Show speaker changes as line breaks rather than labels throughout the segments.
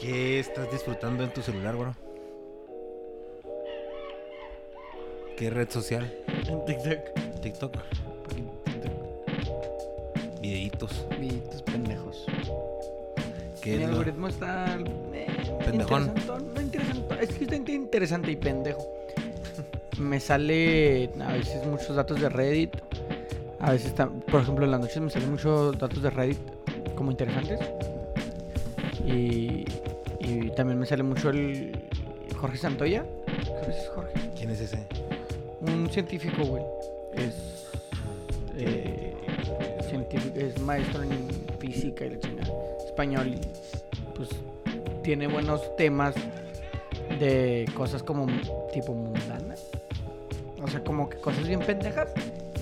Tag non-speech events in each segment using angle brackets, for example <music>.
¿Qué estás disfrutando en tu celular, bro? ¿Qué red social?
TikTok.
TikTok. Videitos.
Videitos pendejos.
¿Qué
Mi
es lo-
algoritmo está. eh,
Pendejón.
interesantón, no interesantón. Es que está entre interesante y pendejo.
<laughs>
me sale a veces muchos datos de Reddit. A veces, tam- por ejemplo, en las noches me salen muchos datos de Reddit como interesantes. Y, y también me sale mucho el Jorge Santoya. Creo que ese es Jorge.
¿Quién es ese?
Un científico, güey. Es. eh, científico, es maestro en física y la chingada. Español. y, pues tiene buenos temas de cosas como tipo mundanas. O sea, como que cosas bien pendejas.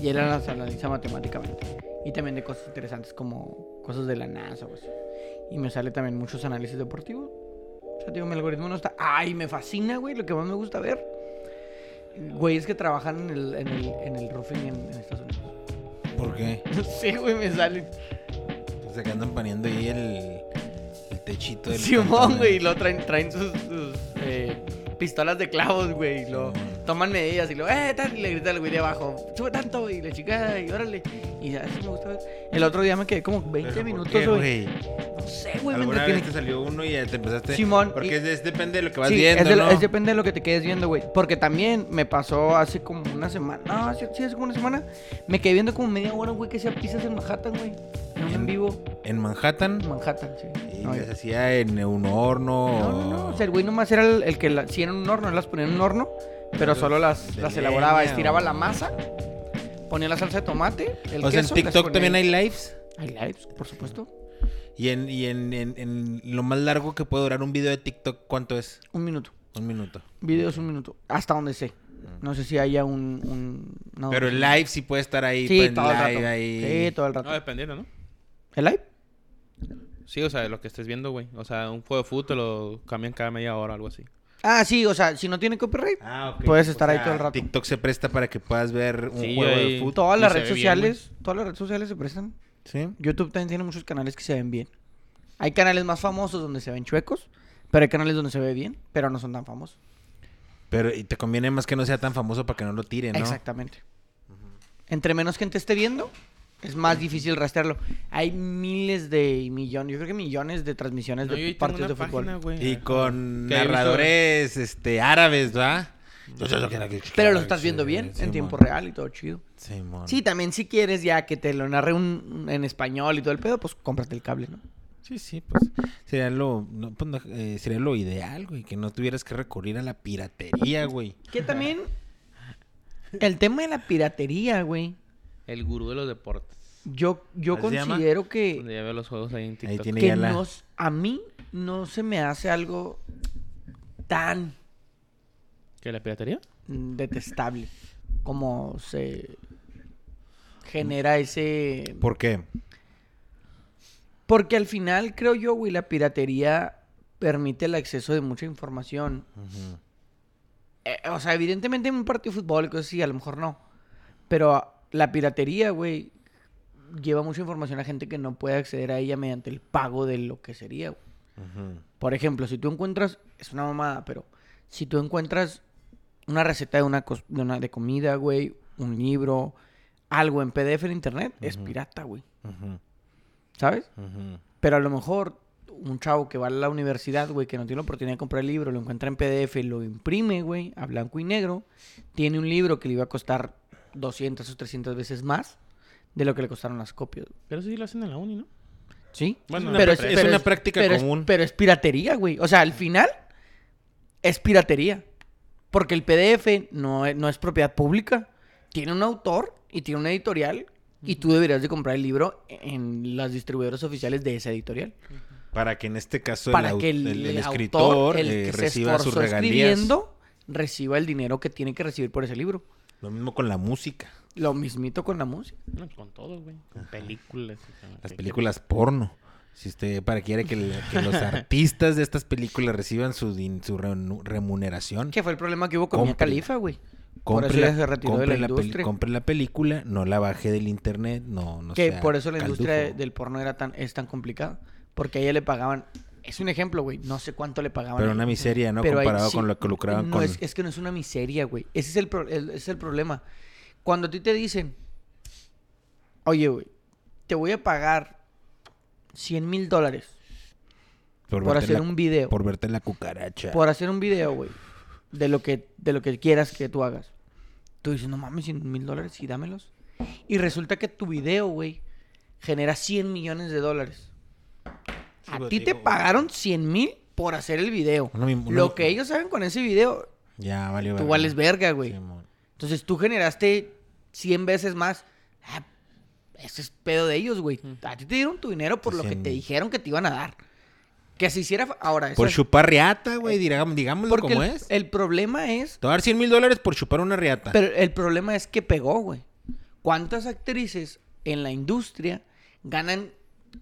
Y él las analiza matemáticamente. Y también de cosas interesantes como cosas de la NASA o así. Y me sale también muchos análisis deportivos. O sea, digo, mi algoritmo no está. ¡Ay, me fascina, güey! Lo que más me gusta ver. Güeyes que trabajan en el, en el, en el roofing en, en Estados Unidos.
¿Por qué?
<laughs> Sí, güey, me salen.
O sea, que andan poniendo ahí el, el techito del.
Simón,
cantón,
güey, y
¿eh?
lo traen, traen sus, sus, eh, pistolas de clavos, güey, y lo
Simón.
toman medidas y lo, eh, tal, y le grita al güey de abajo, sube tanto, y la chica, y órale. Y así me gusta ver. El otro día me quedé como 20
Pero ¿por
minutos,
qué,
güey. No sé, güey, me
¿Alguna vez te
entretiene.
salió uno y ya te empezaste?
Simón,
Porque
y-
es- es- depende de lo que vas
Sí,
viendo,
es, de-
¿no?
es depende de lo que te quedes viendo, güey. Porque también me pasó hace como una semana. No, hace- sí, hace como una semana. Me quedé viendo como media hora, güey, que hacía pizzas en Manhattan, güey. En un
En-
en vivo.
En Manhattan.
Manhattan, sí.
Y
No,
las hacía en un horno.
No, no, no. O sea, el güey nomás era el, el que la, si era un horno, él las ponía en un horno, pero
Entonces,
solo las,
de
las elaboraba,
leña
estiraba
o-
la masa, ponía la salsa de tomate, el
O sea, en
queso, las
TikTok
ponía
también
ahí.
hay lives.
Hay lives, por supuesto.
Y en, y en, en- en lo más largo que puede durar un video de TikTok, ¿cuánto es?
Un minuto.
Un minuto.
Videos un minuto. Hasta donde sé. No sé si haya un... un no. pues
Pero el live sí puede estar ahí.
Sí,
pues,
todo el
live
rato.
ahí.
Sí, todo el
No, eh.
rato.
dependiendo, ¿no?
¿El live?
Sí, o sea, lo que estés viendo, güey. O sea, un juego de fútbol lo cambian cada media hora o algo así.
Ah, sí, o sea, si no tiene copyright,
Ah, ok.
Puedes
O
estar ahí
sea,
todo el rato.
TikTok se presta para que puedas ver un
Sí,
juego de
ahí-
fútbol.
todas
y
las
se
redes
ve bien, güey.
sociales, todas las redes sociales se prestan.
Sí.
YouTube también tiene muchos canales que se ven bien. Hay canales más famosos donde se ven chuecos, pero hay canales donde se ve bien, pero no son tan famosos.
Pero y te conviene más que no sea tan famoso para que no lo tiren, ¿no?
Exactamente. Entre menos gente esté viendo, es más difícil rastrearlo. Hay miles de y millones, yo creo que millones de transmisiones
No, yo
de
ahí tengo
partidos
una
de fútbol.
página, güey.
Y con
Que he visto-
narradores este, árabes, ¿verdad?
Pero lo estás viendo bien, en tiempo real y todo chido.
Sí,
Sí, también si quieres ya que te lo narre un, en español y todo el pedo, pues cómprate el cable, ¿no?
Sí, sí, pues sería lo, no, pues, no, eh, sería lo ideal, güey, que no tuvieras que recurrir a la piratería, güey. <laughs>
Que también el tema de la piratería, güey.
El gurú de los deportes.
Yo, yo
¿Así se llama?
considero que...
Donde ya veo los juegos ahí en TikTok.
tiene-
que
ya la-
nos- a mí no se me hace algo tan
¿Qué, la piratería?
mm, detestable como se genera ese...
¿Por qué?
Porque al final, creo yo, güey, la piratería permite el acceso de mucha información.
Ujú.
Eh, o sea, evidentemente en un partido de fútbol, y cosas así, a lo mejor no. Pero la piratería, güey, lleva mucha información a gente que no puede acceder a ella mediante el pago de lo que sería, güey.
Ujú.
Por ejemplo, si tú encuentras, es una mamada, pero si tú encuentras una receta de una, cos- de, una de comida, güey, un libro, algo en PDF en internet, es pirata, güey.
Ujú.
¿Sabes?
Ujú.
Pero a lo mejor un chavo que va a la universidad, güey, que no tiene la oportunidad de comprar el libro, lo encuentra en PDF, lo imprime, güey, a blanco y negro, tiene un libro que le iba a costar 200 o 300 veces más de lo que le costaron las copias. güey.
Pero eso sí lo hacen en la uni, ¿no?
Sí,
Bueno,
una práctica- es una práctica
pero
común.
pero es piratería, güey. O sea, al final es piratería. Porque el PDF no es, no es propiedad pública. Tiene un autor y tiene una editorial. Y tú deberías de comprar el libro en las distribuidoras oficiales de esa editorial.
Para que en este caso
para
el,
que
au-
el,
el- el
autor,
escritor
el
eh,
que se
reciba sus
esforzó
regalías.
escribiendo, reciba el dinero que tiene que recibir por ese libro.
Lo mismo con la música,
Lo mismito con la música.
No, con todo, güey. Con películas. o sea,
las
que-
películas porno. Si usted para quiere que, le- que
<laughs>
los artistas de estas películas reciban su, din- su renu- remuneración,
Que fue el problema que hubo con Mia
Compre.
Califa, güey. Por
compre,
eso
la,
ella se retiró de
compre
la
la peli-
industria.
compre la película, no la baje del internet, no, no
que
sea
por eso la industria
caldujo.
del porno era tan, es tan complicada. Porque a ella le pagaban Es un ejemplo, güey. No sé cuánto le pagaban.
Pero
ahí.
una miseria, ¿no?
Pero ahí
Comparado
sí-
con lo que lucraban
no,
con...
es, es que no es una miseria, güey. Ese es el, pro- el- ese es el problema. Cuando a ti te dicen, oye, güey, te voy a pagar 100 mil dólares por,
verte
hacer
la-
un video. Por,
Por verte la cucaracha.
hacer un video, güey. De lo que, de lo que quieras que tú hagas. Tú dices, no mames, 100 mil dólares y dámelos. Y resulta que tu video, güey, genera 100 millones de dólares.
Sí,
A
pues,
ti te
digo,
pagaron 100 mil por hacer el video.
Una mi- una mi-
Lo que ellos hagan con ese video,
Ya, valió
tú vales verga, güey.
Simón.
Entonces tú generaste 100 veces más. Ah, ese es pedo de ellos, güey. A ti te dieron tu dinero por lo que
100
te
mil.
dijeron que te iban a dar. Que se hiciera fa- ahora.
Por
esas-
chupar riata, güey, digamos- digámoslo
porque
como
el,
es. Ah.
el problema es.
Te voy a dar 100 mil dólares por chupar una riata.
Pero el problema es que pegó, güey. ¿Cuántas actrices en la industria ganan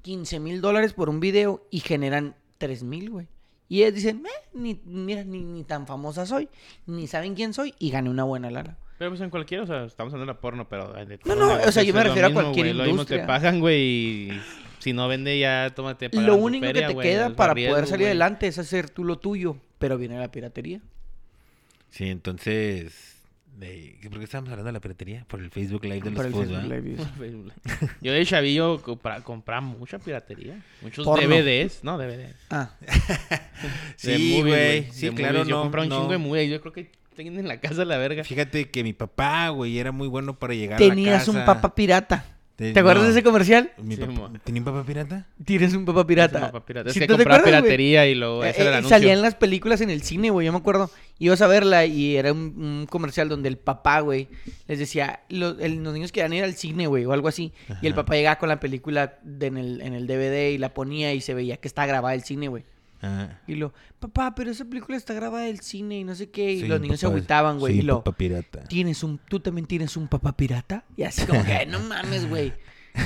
15 mil dólares por un video y generan 3 mil, güey? Y ellas dicen, "Meh, ni, mira, ni, ni tan famosa soy, ni saben quién soy, y gané una buena lana.
Pero pues en cualquiera, o sea, estamos hablando de la porno, pero... eh, de
No,
todo
no,
negocio
o sea, yo me
es lo
refiero a
mismo,
cualquier
güey, Lo mismo te
industria.
pagan, güey, y si no vende ya, tómate pagan
Lo
tu
único
feria,
que te
güey,
queda
el
para
arriendo,
poder salir
güey.
adelante es hacer tú lo tuyo, pero viene la piratería.
Sí, entonces... eh, ¿Por qué estábamos hablando de la piratería? Por el Facebook Live de los ¿eh?
Para el
Fuzz,
Facebook
¿verdad?
Live, <laughs>
<laughs>
dice.
Yo de chavillo compra- compraba mucha piratería. Muchos
Porno.
DVDs, no, DVDs.
Ah,
de
Sí,
movies,
güey.
de
Sí,
movies.
claro,
Yo
no.
compraba un
no.
chingo de movies. Yo creo que tienen en la casa la verga.
Fíjate que mi papá, güey, era muy bueno para llegar
tenías
a
un
la casa.
papá pirata.
Te-
¿Te acuerdas
no.
de ese comercial?
Mi
Sí,
papá-
mo.
¿Tenía un papá pirata?
Tienes un papá pirata.
Es, papá pirata. es
¿Sí
que
te- te
compraba
acuerdas, güey?
piratería y luego
Eh,
ese era el
eh,
anuncio.
salían las películas en el cine, güey, yo me acuerdo. Ibas a verla y era un, un comercial donde el papá, güey, les decía, lo- el- los niños querían ir al cine, güey, o algo así. Y el
Ajá.
papá llegaba con la película de en, el, en el DVD y la ponía y se veía que está grabada el cine, güey.
Ah.
Y lo, papá, pero esa película está grabada del cine y no sé qué. Y
Soy
los
un
niños se
papá-
agüitaban, güey.
soy
Y
un
lo,
papá pirata.
tienes un, tú también tienes un papá pirata. Y así como que, no mames, güey.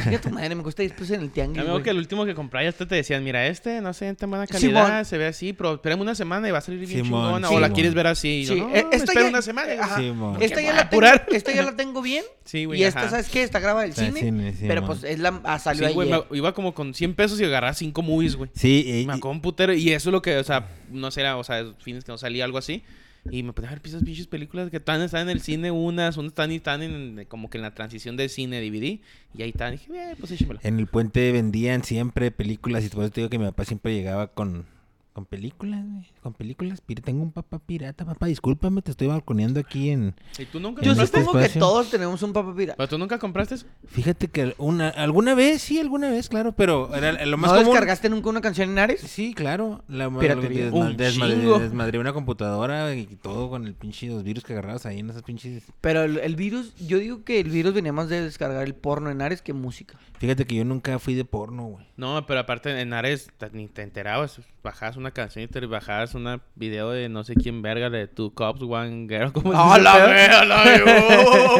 Mira tu madre, me cuesta después en el tianguis,
Amigo,
güey.
que el último que compraba ya hasta te decían, mira, este no sé, en tan buena
Simón.
calidad, se ve así, pero espérame una semana y va a salir bien
Simón,
chingona. O
Simón.
la quieres ver así. Y yo,
Sí,
no,
eh,
me
esta
espero
ya-
una semana.
ajá.
Sí, mo.
Esta ya, la
Porque me voy a
tengo,
apurar.
esta ya la tengo bien.
Sí, güey,
Y esta,
ajá.
¿sabes qué? Está grabada del
Está en
cine.
cine, sí,
pero
mo.
pues es la ah,
Sí,
salió
güey,
ayer.
me- iba como con 100 pesos y agarraba 5 movies, güey.
Sí, eh,
Me
y-
acuerdo un putero. Y eso es lo que, o sea, no sé, era, o sea, fines que no salía algo así. Y me ponía a ver esas pinches películas que están, están en el cine unas, unas están y están en, como que en la transición de cine DVD. Y ahí están. Y dije, eh, pues échamela.
en el puente vendían siempre películas y por eso te digo que mi papá siempre llegaba con, con películas, güey. Con películas. pir- Tengo un papá pirata, papá. Discúlpame, te estoy balconeando aquí en...
¿Y tú nunca
Eh, Yo
En
compraste?
este
supongo que
espacio.
todos tenemos un papá pirata.
¿Pero tú nunca compraste eso?
Fíjate que una, alguna vez, sí, alguna vez, claro, pero era lo más
¿No
común.
descargaste nunca una canción en Ares?
Sí, claro. La ma-
Piratería.
desma-
Un
desmadré-
chingo.
desmadré una computadora y todo con el pinche los virus que agarrabas ahí en esas pinches.
Pero el, el virus, yo digo que el virus venía más de descargar el porno en Ares que música.
Fíjate que yo nunca fui de porno, güey.
No, pero aparte en Ares ta- ni te enterabas. Bajabas una canción y te bajabas un video de no sé quién verga de Two Cops, One Girl. ¿Cómo se
¡Ah,
dice
la
ese pedo?
verga,
<laughs>
la verga!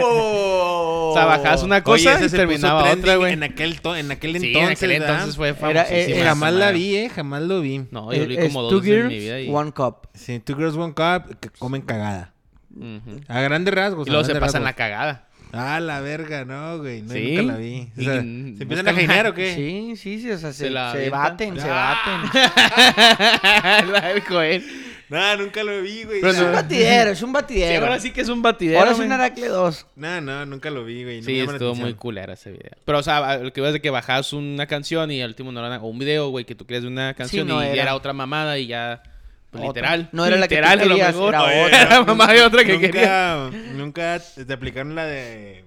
Oh.
O sea, bajabas una cosa y terminaba otra, güey.
En aquel, to- en aquel
Sí,
entonces.
en aquel
¿verdad?
entonces fue
Era-
famosísima.
eh,
esa
jamás la
madre.
vi, eh, jamás lo vi.
No, yo
Es-
vi
Eh, es
como
Two
dos veces en
Girls,
mi vida. Y,
One Cup.
Sí, Two Girls One Cup que comen cagada.
Ujú.
A grandes rasgos.
Y
a
luego se
grandes
pasan la
rasgos.
cagada.
Ah, la verga, no, güey. No,
Sí.
Nunca la vi. O
Y-
sea, ¿Se
mm,
empiezan a
buscan-
generar o qué?
Sí, sí, sí, o sea, se,
Se la Ah.
se
avienta.
baten, se baten.
<laughs> el Joel.
No, nunca lo vi, güey.
Pero
Es un
No,
no-
batidero, es un
Sí,
batidero.
ahora sí que es un batidero.
Ahora es un
güey.
Aracle 2.
no, no, nunca lo vi, güey. no me
Sí,
llama la
estuvo
atención.
muy culera ese video. Pero, o sea, lo que ves de que bajabas una canción y al último no era nada- o un video, güey, que tú querías de una canción
no
y ya
era.
era otra mamada y ya. pues,
Otra.
literal.
No era la que tú
literal, a lo
querías,
mejor.
era
Oye,
otra.
no,
mamá de otra que
nunca,
quería.
Nunca te aplicaron la de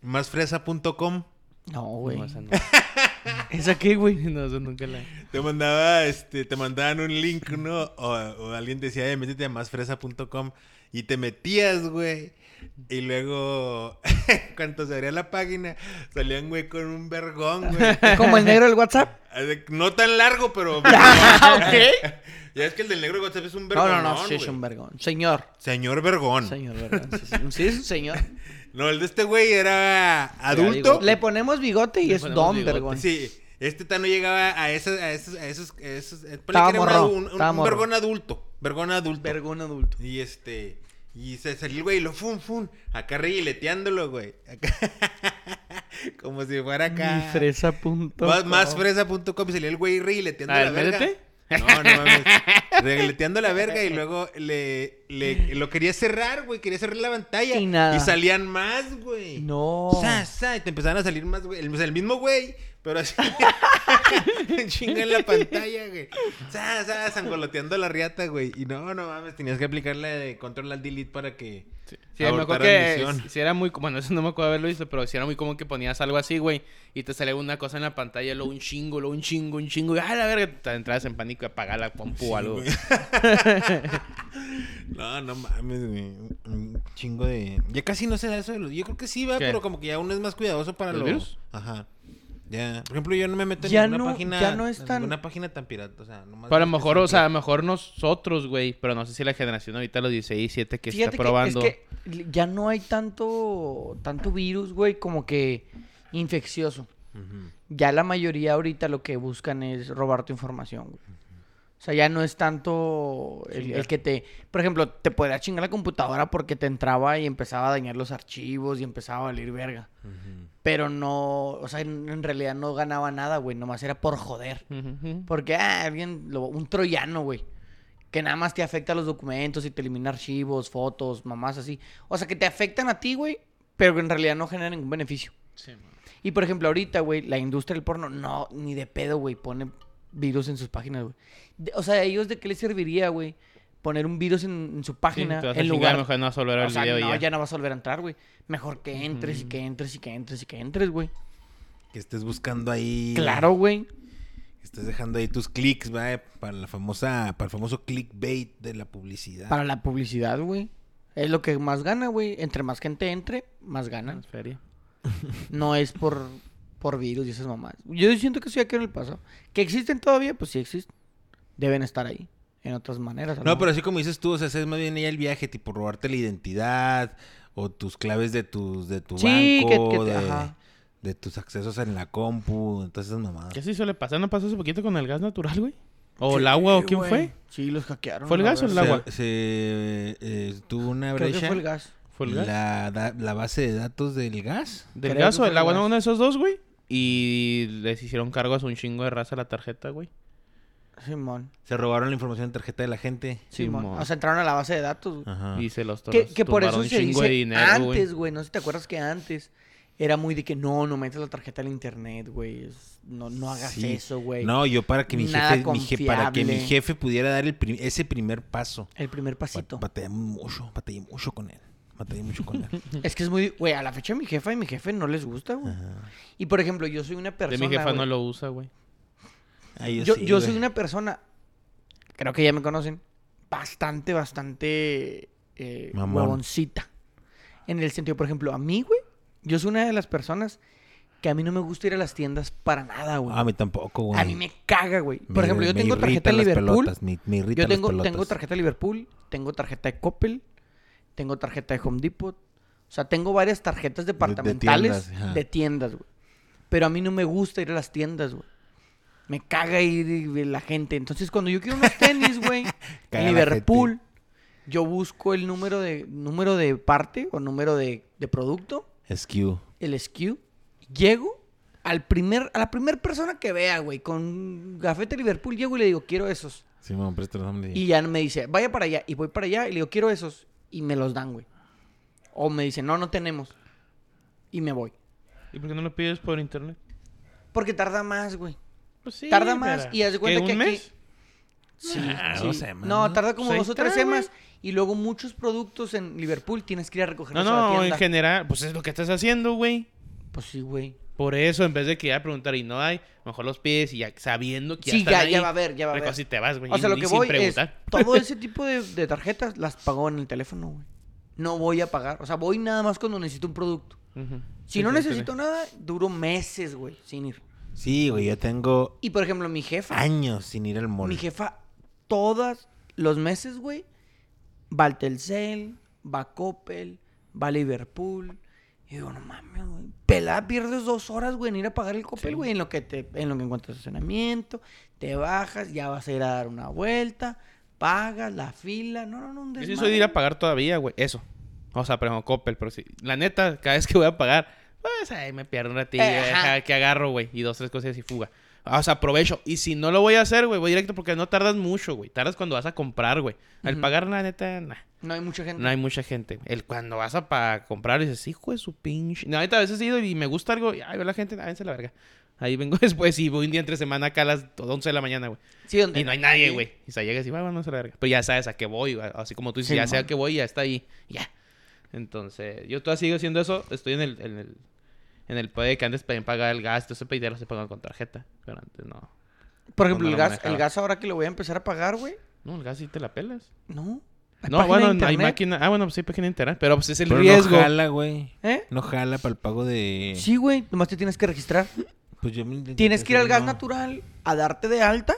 másfresa.com.
No, güey.
No, esa <laughs> no.
¿Esa qué, güey?
<laughs> No, eso nunca la.
Te mandaba, este, te mandaban un link, ¿no? O, o alguien decía, eh, métete a másfresa.com y te metías, güey. Y luego, <laughs> cuando se abría la página, salían, güey, con un vergón,
<laughs>
güey.
Como el negro del WhatsApp.
Así, No tan largo,
<laughs>
pero...
Ah,
Ya es que el del negro de WhatsApp es un
Ah, No,
vergón.
no, no, sí, es un vergón. Señor.
Señor
Mm.
vergón.
Señor, vergón. Sí, sí, sí, es un señor.
No, el de este güey era adulto.
digo.
Le ponemos bigote y
Le
es
ponemos
don
bigote.
vergón.
Sí, este tan no llegaba a esos, a esos, a esos, a esos- eh, ponle
Estaba
que era un
morro,
adu- un, un-
estaba
un
morro.
vergón adulto, vergón adulto.
Vergón adulto.
y este, y se salió el güey y lo fun, fun, acá reileteándolo, güey. Acá. <laughs> Como si fuera acá.
Fresa punto.
Más, másfresa.com y salía el güey reileteando
A
la
ver,
Ah,
verga.
métete.
No, no
<laughs>
mames. Regleteando la verga y luego le, le- lo quería cerrar, güey. Quería cerrar la pantalla.
Y nada.
salían más, güey.
No.
Sa, sa, y te empezaban a salir más, güey. El, o sea, el mismo güey, pero
<laughs>
así. <laughs> chinga en la pantalla, güey. Sa, sa, zangoloteando la riata, güey. Y no, no mames. Tenías que aplicarle de control al delete para que.
Sí, me acuerdo
abortaran
que
misión.
si- si era muy... co- Bueno, eso no me acuerdo haberlo visto, pero si era muy común que ponías algo así, güey, y te salía una cosa en la pantalla, luego un chingo, luego un chingo, un chingo, y ¡ah, la verga! Te entrabas en pánico y apagar la compu o algo.
güey. No, no mames, güey. Un- Un chingo de. Ya casi no se da eso de los. Yo creo que sí, va,
¿Qué?
pero como que ya uno es más cuidadoso para
¿Los
los.
virus?
Ajá. Ya. Por ejemplo, yo no me meto en
Ya
ninguna
no-
página.
ya no es
en
tan-
ninguna página tan pirata. O sea, nomás.
Pero a
veo
lo
que
mejor,
sí,
o sea, a lo mejor nosotros, güey, pero no sé si la generación ahorita, los 16, 17 que
Fíjate
está probando.
Que, es que ya no hay tanto, tanto virus, güey, como que infeccioso.
Ujú.
Ya la mayoría ahorita lo que buscan es robar tu información, güey. O sea, ya no es tanto el, el
Chingar.
que te... Por ejemplo, te podría chingar la computadora porque te entraba y empezaba a dañar los archivos y empezaba a valer verga. Pero no... O sea, en, en realidad no ganaba nada, güey. Nomás era por joder.
Ujú.
Porque ah, alguien, lo- un troyano, güey. Que nada más te afecta los documentos y te elimina archivos, fotos, mamás así. O sea, que te afectan a ti, güey, pero que en realidad no generan ningún beneficio.
Sí, man.
Y por ejemplo, ahorita, güey, la industria del porno, no, ni de pedo, güey, pone virus en sus páginas, güey. De- O sea, ¿a ellos de qué les serviría, güey? Poner un virus en, en su página,
Sí, te vas a
en
chingar,
lugar...
mejor no vas a volver a ver
o
el
sea,
video
no,
y ya.
ya. no vas a volver a entrar, güey. Mejor que entres y que entres y que entres y que entres, güey.
Que estés buscando ahí.
Claro, güey.
Que estés dejando ahí tus clics, va. eh, Para la famosa. Para el famoso clickbait de la publicidad.
Para la publicidad, güey. Es lo que más gana, güey. Entre más gente entre, más gana.
Feria.
No es por, por virus y esas mamás. Yo siento que eso ya quedó en el pasado. Que existen todavía, pues sí existen. Deben estar ahí. En otras maneras. a lo
No, pero
mejor.
así como dices tú, o sea, es más bien ella el viaje, tipo robarte la identidad o tus claves de tus de tu
Sí, que-
banco,
que te-
de,
ajá.
de tus accesos en la compu, entonces esas mamadas.
¿Qué se suele pasar? ¿No pasó hace poquito con el gas natural, güey? ¿O el agua? ¿O quién
Sí,
fue?
güey. Sí, los hackearon.
¿Fue el
la
gas o el
Se-
verdad.
agua?
Se, eh, tuvo una
Creo que
brecha.
fue el gas.
¿Fue el gas?
La, da- la base de datos del gas.
¿Del
Creo que
gas o
fue
del
el
agua? No,
gas.
uno de esos dos, güey. Y les hicieron cargo a un chingo de raza la tarjeta, güey.
Simón.
Se robaron la información en tarjeta de la gente.
Simón.
Simón.
O sea, entraron a la base de datos. güey.
Ajá.
Y se los to-
Que, que por
Ah, tumbaron
eso
un
se
chingo
dice
de dinero,
antes, güey. No sé si te acuerdas que antes era muy de que no, no metas la tarjeta al internet, güey. Es- No, no hagas
Sí.
eso, güey.
No, yo para que mi
Nada
jefe, mi je- para que mi
confiable.
jefe pudiera dar el prim- ese primer paso.
El primer pasito.
Batallé mucho, batallé mucho con él. Batallé mucho con
<laughs>
él.
Es que es muy, güey, a la fecha mi jefa y mi jefe no les gusta, güey.
Ajá.
Y por ejemplo, yo soy una
De
persona.
mi jefa no
güey.
lo usa, güey.
Ah, yo
Yo,
sí,
yo
güey.
soy una persona, creo que ya me conocen, bastante, bastante eh,
Mamón.
huevoncita. En el sentido, por ejemplo, a mí, güey, yo soy una de las personas que a mí no me gusta ir a las tiendas para nada, güey.
A mí tampoco, Ah, güey.
A mí me caga, güey.
Me-
Por ejemplo, yo
me
tengo tarjeta
irritan las
Liverpool.
pelotas, me- me irritan
Yo
las
tengo,
pelotas.
tengo tarjeta de Liverpool, tengo tarjeta de Coppel, tengo tarjeta de Home Depot. O sea, tengo varias tarjetas departamentales de
tiendas, ajá.
tiendas, güey. Pero a mí no me gusta ir a las tiendas, güey. Me caga ir y ver la gente. Entonces, cuando yo
<laughs>
quiero unos tenis, güey,
Caga
en
la
Liverpool, yo busco el número de número de parte o número de, de producto,
Skew.
el SKU. Llego al primer, a la primera persona que vea, güey, con gafete Liverpool, llego y le digo, quiero esos.
Simón, préstalo, hombre.
Y ya me dice, vaya para allá. Y voy para allá y le digo, quiero esos. Y me los dan, güey. O me dice, no, no tenemos. Y me voy.
¿Y por qué no lo pides por internet?
Porque tarda más, güey.
Pues sí.
Tarda más y haz de cuenta
¿Qué,
que
un
aquí-
mes?
Sí,
Ah,
sí.
dos semanas.
No, tarda como
Pues ahí
dos o tres
está,
semanas. Y luego muchos productos en Liverpool tienes que ir a
No,
recogerlos a la
no, en
tienda.
general. Pues es lo que estás haciendo, güey.
Pues sí, güey.
Por eso, en vez de que ya preguntar y no hay, mejor los pides y ya sabiendo que
Sí,
están
ya,
ahí,
ya va a ver, ya va a
recoges y
ver.
te vas, güey.
O
y-
sea, lo
y
que
sin
voy es...
preguntar.
Todo
<laughs>
ese tipo de, de tarjetas las pago en el teléfono, güey. No voy a pagar. O sea, voy nada más cuando necesito un producto.
Ujú.
Si
Sí,
no
sí, sí.
necesito nada, duro meses, güey, sin ir.
Sí, güey, yo tengo
Y por ejemplo, mi jefa.
años sin ir al mall.
Mi jefa, todos los meses, güey, va al Telcel, va a Coppel, va a Liverpool. Y digo, no mames, güey. Pelada, pierdes dos horas, güey, en ir a pagar el Coppel, güey, en lo que te, en lo que encuentras estacionamiento, te bajas, ya vas a ir a dar una vuelta, pagas la fila. No, no, no, un
Yo
desmadre.
sí soy de ir a pagar todavía, güey. Eso. O sea, pero no Coppel, pero sí. La neta, cada vez que voy a pagar, pues ahí me pierdo un ratillo.
Eh, ajá.
deja que agarro, güey. Y dos, tres cosas y fuga. O sea, aprovecho. Y si no lo voy a hacer, güey, voy directo porque no tardas mucho, güey. Tardas cuando vas a comprar, güey. Al
Ujú.
pagar, la neta, nah.
No hay mucha gente.
No hay mucha gente. El cuando vas a pa- comprar dices, hijo de su pinche. No, ahorita a veces he ido y me gusta algo. y, Ay, ve la gente, ah, váyanse a la verga. Ahí vengo <laughs> después y voy un día entre semana acá a las 11 de la mañana, güey.
Sí, donde
Y no hay nadie, güey. Y se llega y dice, "Va, vámonos a la verga. Pero ya sabes a qué voy, güey. así como tú dices,
Sí,
ya sé a
man.
qué voy, ya está ahí. Ya. Entonces, yo todavía sigo haciendo eso. Estoy en el, en el, en el pedo de que antes pedían pagar el gas, entonces pedí ya lo se pagan con tarjeta. Pero antes no.
Por ejemplo,
No
el
lo
gas,
manejaba.
el gas ahora que lo voy a empezar a pagar, güey.
No, el gas sí te la pelas.
No. Hay
No,
página
bueno,
de
hay
internet,
máquina. Ah, bueno, pues sí, página de internet. Pero pues es el
Pero
riesgo.
no jala, güey.
¿Eh?
No jala para el pago de...
Sí, güey. Nomás te tienes que registrar.
Pues yo me intenté
Tienes que ir al gas
hacerlo.
natural a darte de alta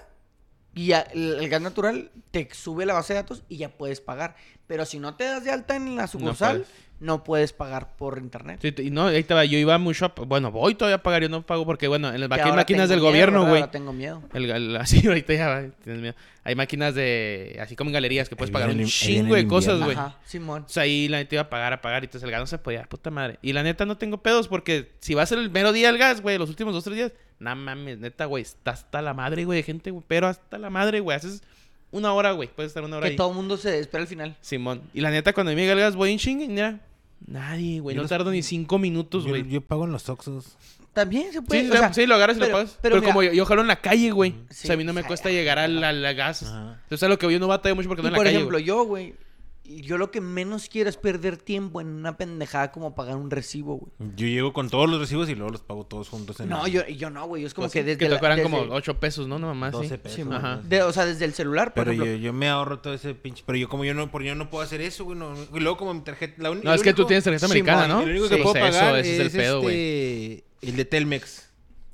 y ya el, el gas natural te sube la base de datos y ya puedes pagar. Pero si no te das de alta en la sucursal, no puedes,
puedes.
pagar por internet.
Sí, t- y no, ahí te va, yo iba mucho, a- bueno, voy todavía a pagar, yo no pago porque, bueno, en las
Que
aquí hay
ahora
máquinas
tengo
del
miedo,
gobierno,
¿verdad?
güey.
Ahora tengo miedo.
El- el- <laughs> así ahorita ya va, tienes miedo. Hay máquinas de, así como en galerías que puedes
Ahí
pagar
viene
un
el- ahí
chingo
viene el
de cosas,
invierno.
Pues, güey.
Ajá, Simón.
Entonces ahí la neta iba a pagar, a pagar, y entonces el gas no se podía, puta madre. Y la neta no tengo pedos porque si va a ser el mero día el gas, güey, los últimos dos, tres días, no mames, neta, güey, está hasta la madre, güey, de gente, güey, pero hasta la madre, güey, haces una hora, güey, puedes estar una hora
Que
ahí.
todo el mundo se espera al final.
Simón. Y la neta, cuando a mí me llega el gas, voy en chinga y mira, nadie, güey,
Yo
no
los-
tardo ni cinco minutos,
Yo,
güey.
yo pago en los Oxxos.
También se puede.
sí,
Pues, o sea,
sí, lo agarras y
pero-
lo pagas.
pero
Pero,
mira- Mm.
como yo, yo jalo en la calle, güey. o
Sí,
sea, a mí no me
o sea,
cuesta llegar a la, la gas.
Ajá.
O sea, lo que yo no batalla mucho porque
y
no en
por
la calle.
ejemplo,
güey.
yo, güey, y yo lo que menos quiero es perder tiempo en una pendejada como pagar un recibo, güey.
Yo llego con todos los recibos y luego los pago todos juntos en
No,
el-
yo, yo no, güey. Yo es como
Pues
que
sí,
desde.
que
la-
te cobran
desde-
como 8 pesos, ¿no? Nada más.
12
sí.
pesos.
Sí,
güey.
ajá.
de- o sea, desde el celular, por
Pero
ejemplo.
yo, yo me ahorro todo ese pinche. Pero yo como yo no, porque yo no puedo hacer eso, güey. no- y luego como mi tarjeta. La un-
No,
el
es que tú
único-
tienes tarjeta
Simón,
americana, ¿no?
El único que
Sí.
puedo
Pues eso,
pagar
ese
es,
es el pedo, güey.
este, el de Telmex.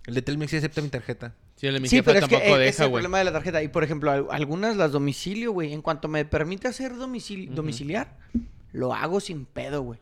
El de Telmex sí acepta mi tarjeta.
Sí, el de mi
sí,
jefa
pero es que
tampoco
eh, ese es
deja,
el
güey.
problema de la tarjeta. Y por ejemplo, al- algunas las domicilio, güey. En cuanto me permite hacer domicil- domiciliar, lo hago sin pedo, güey.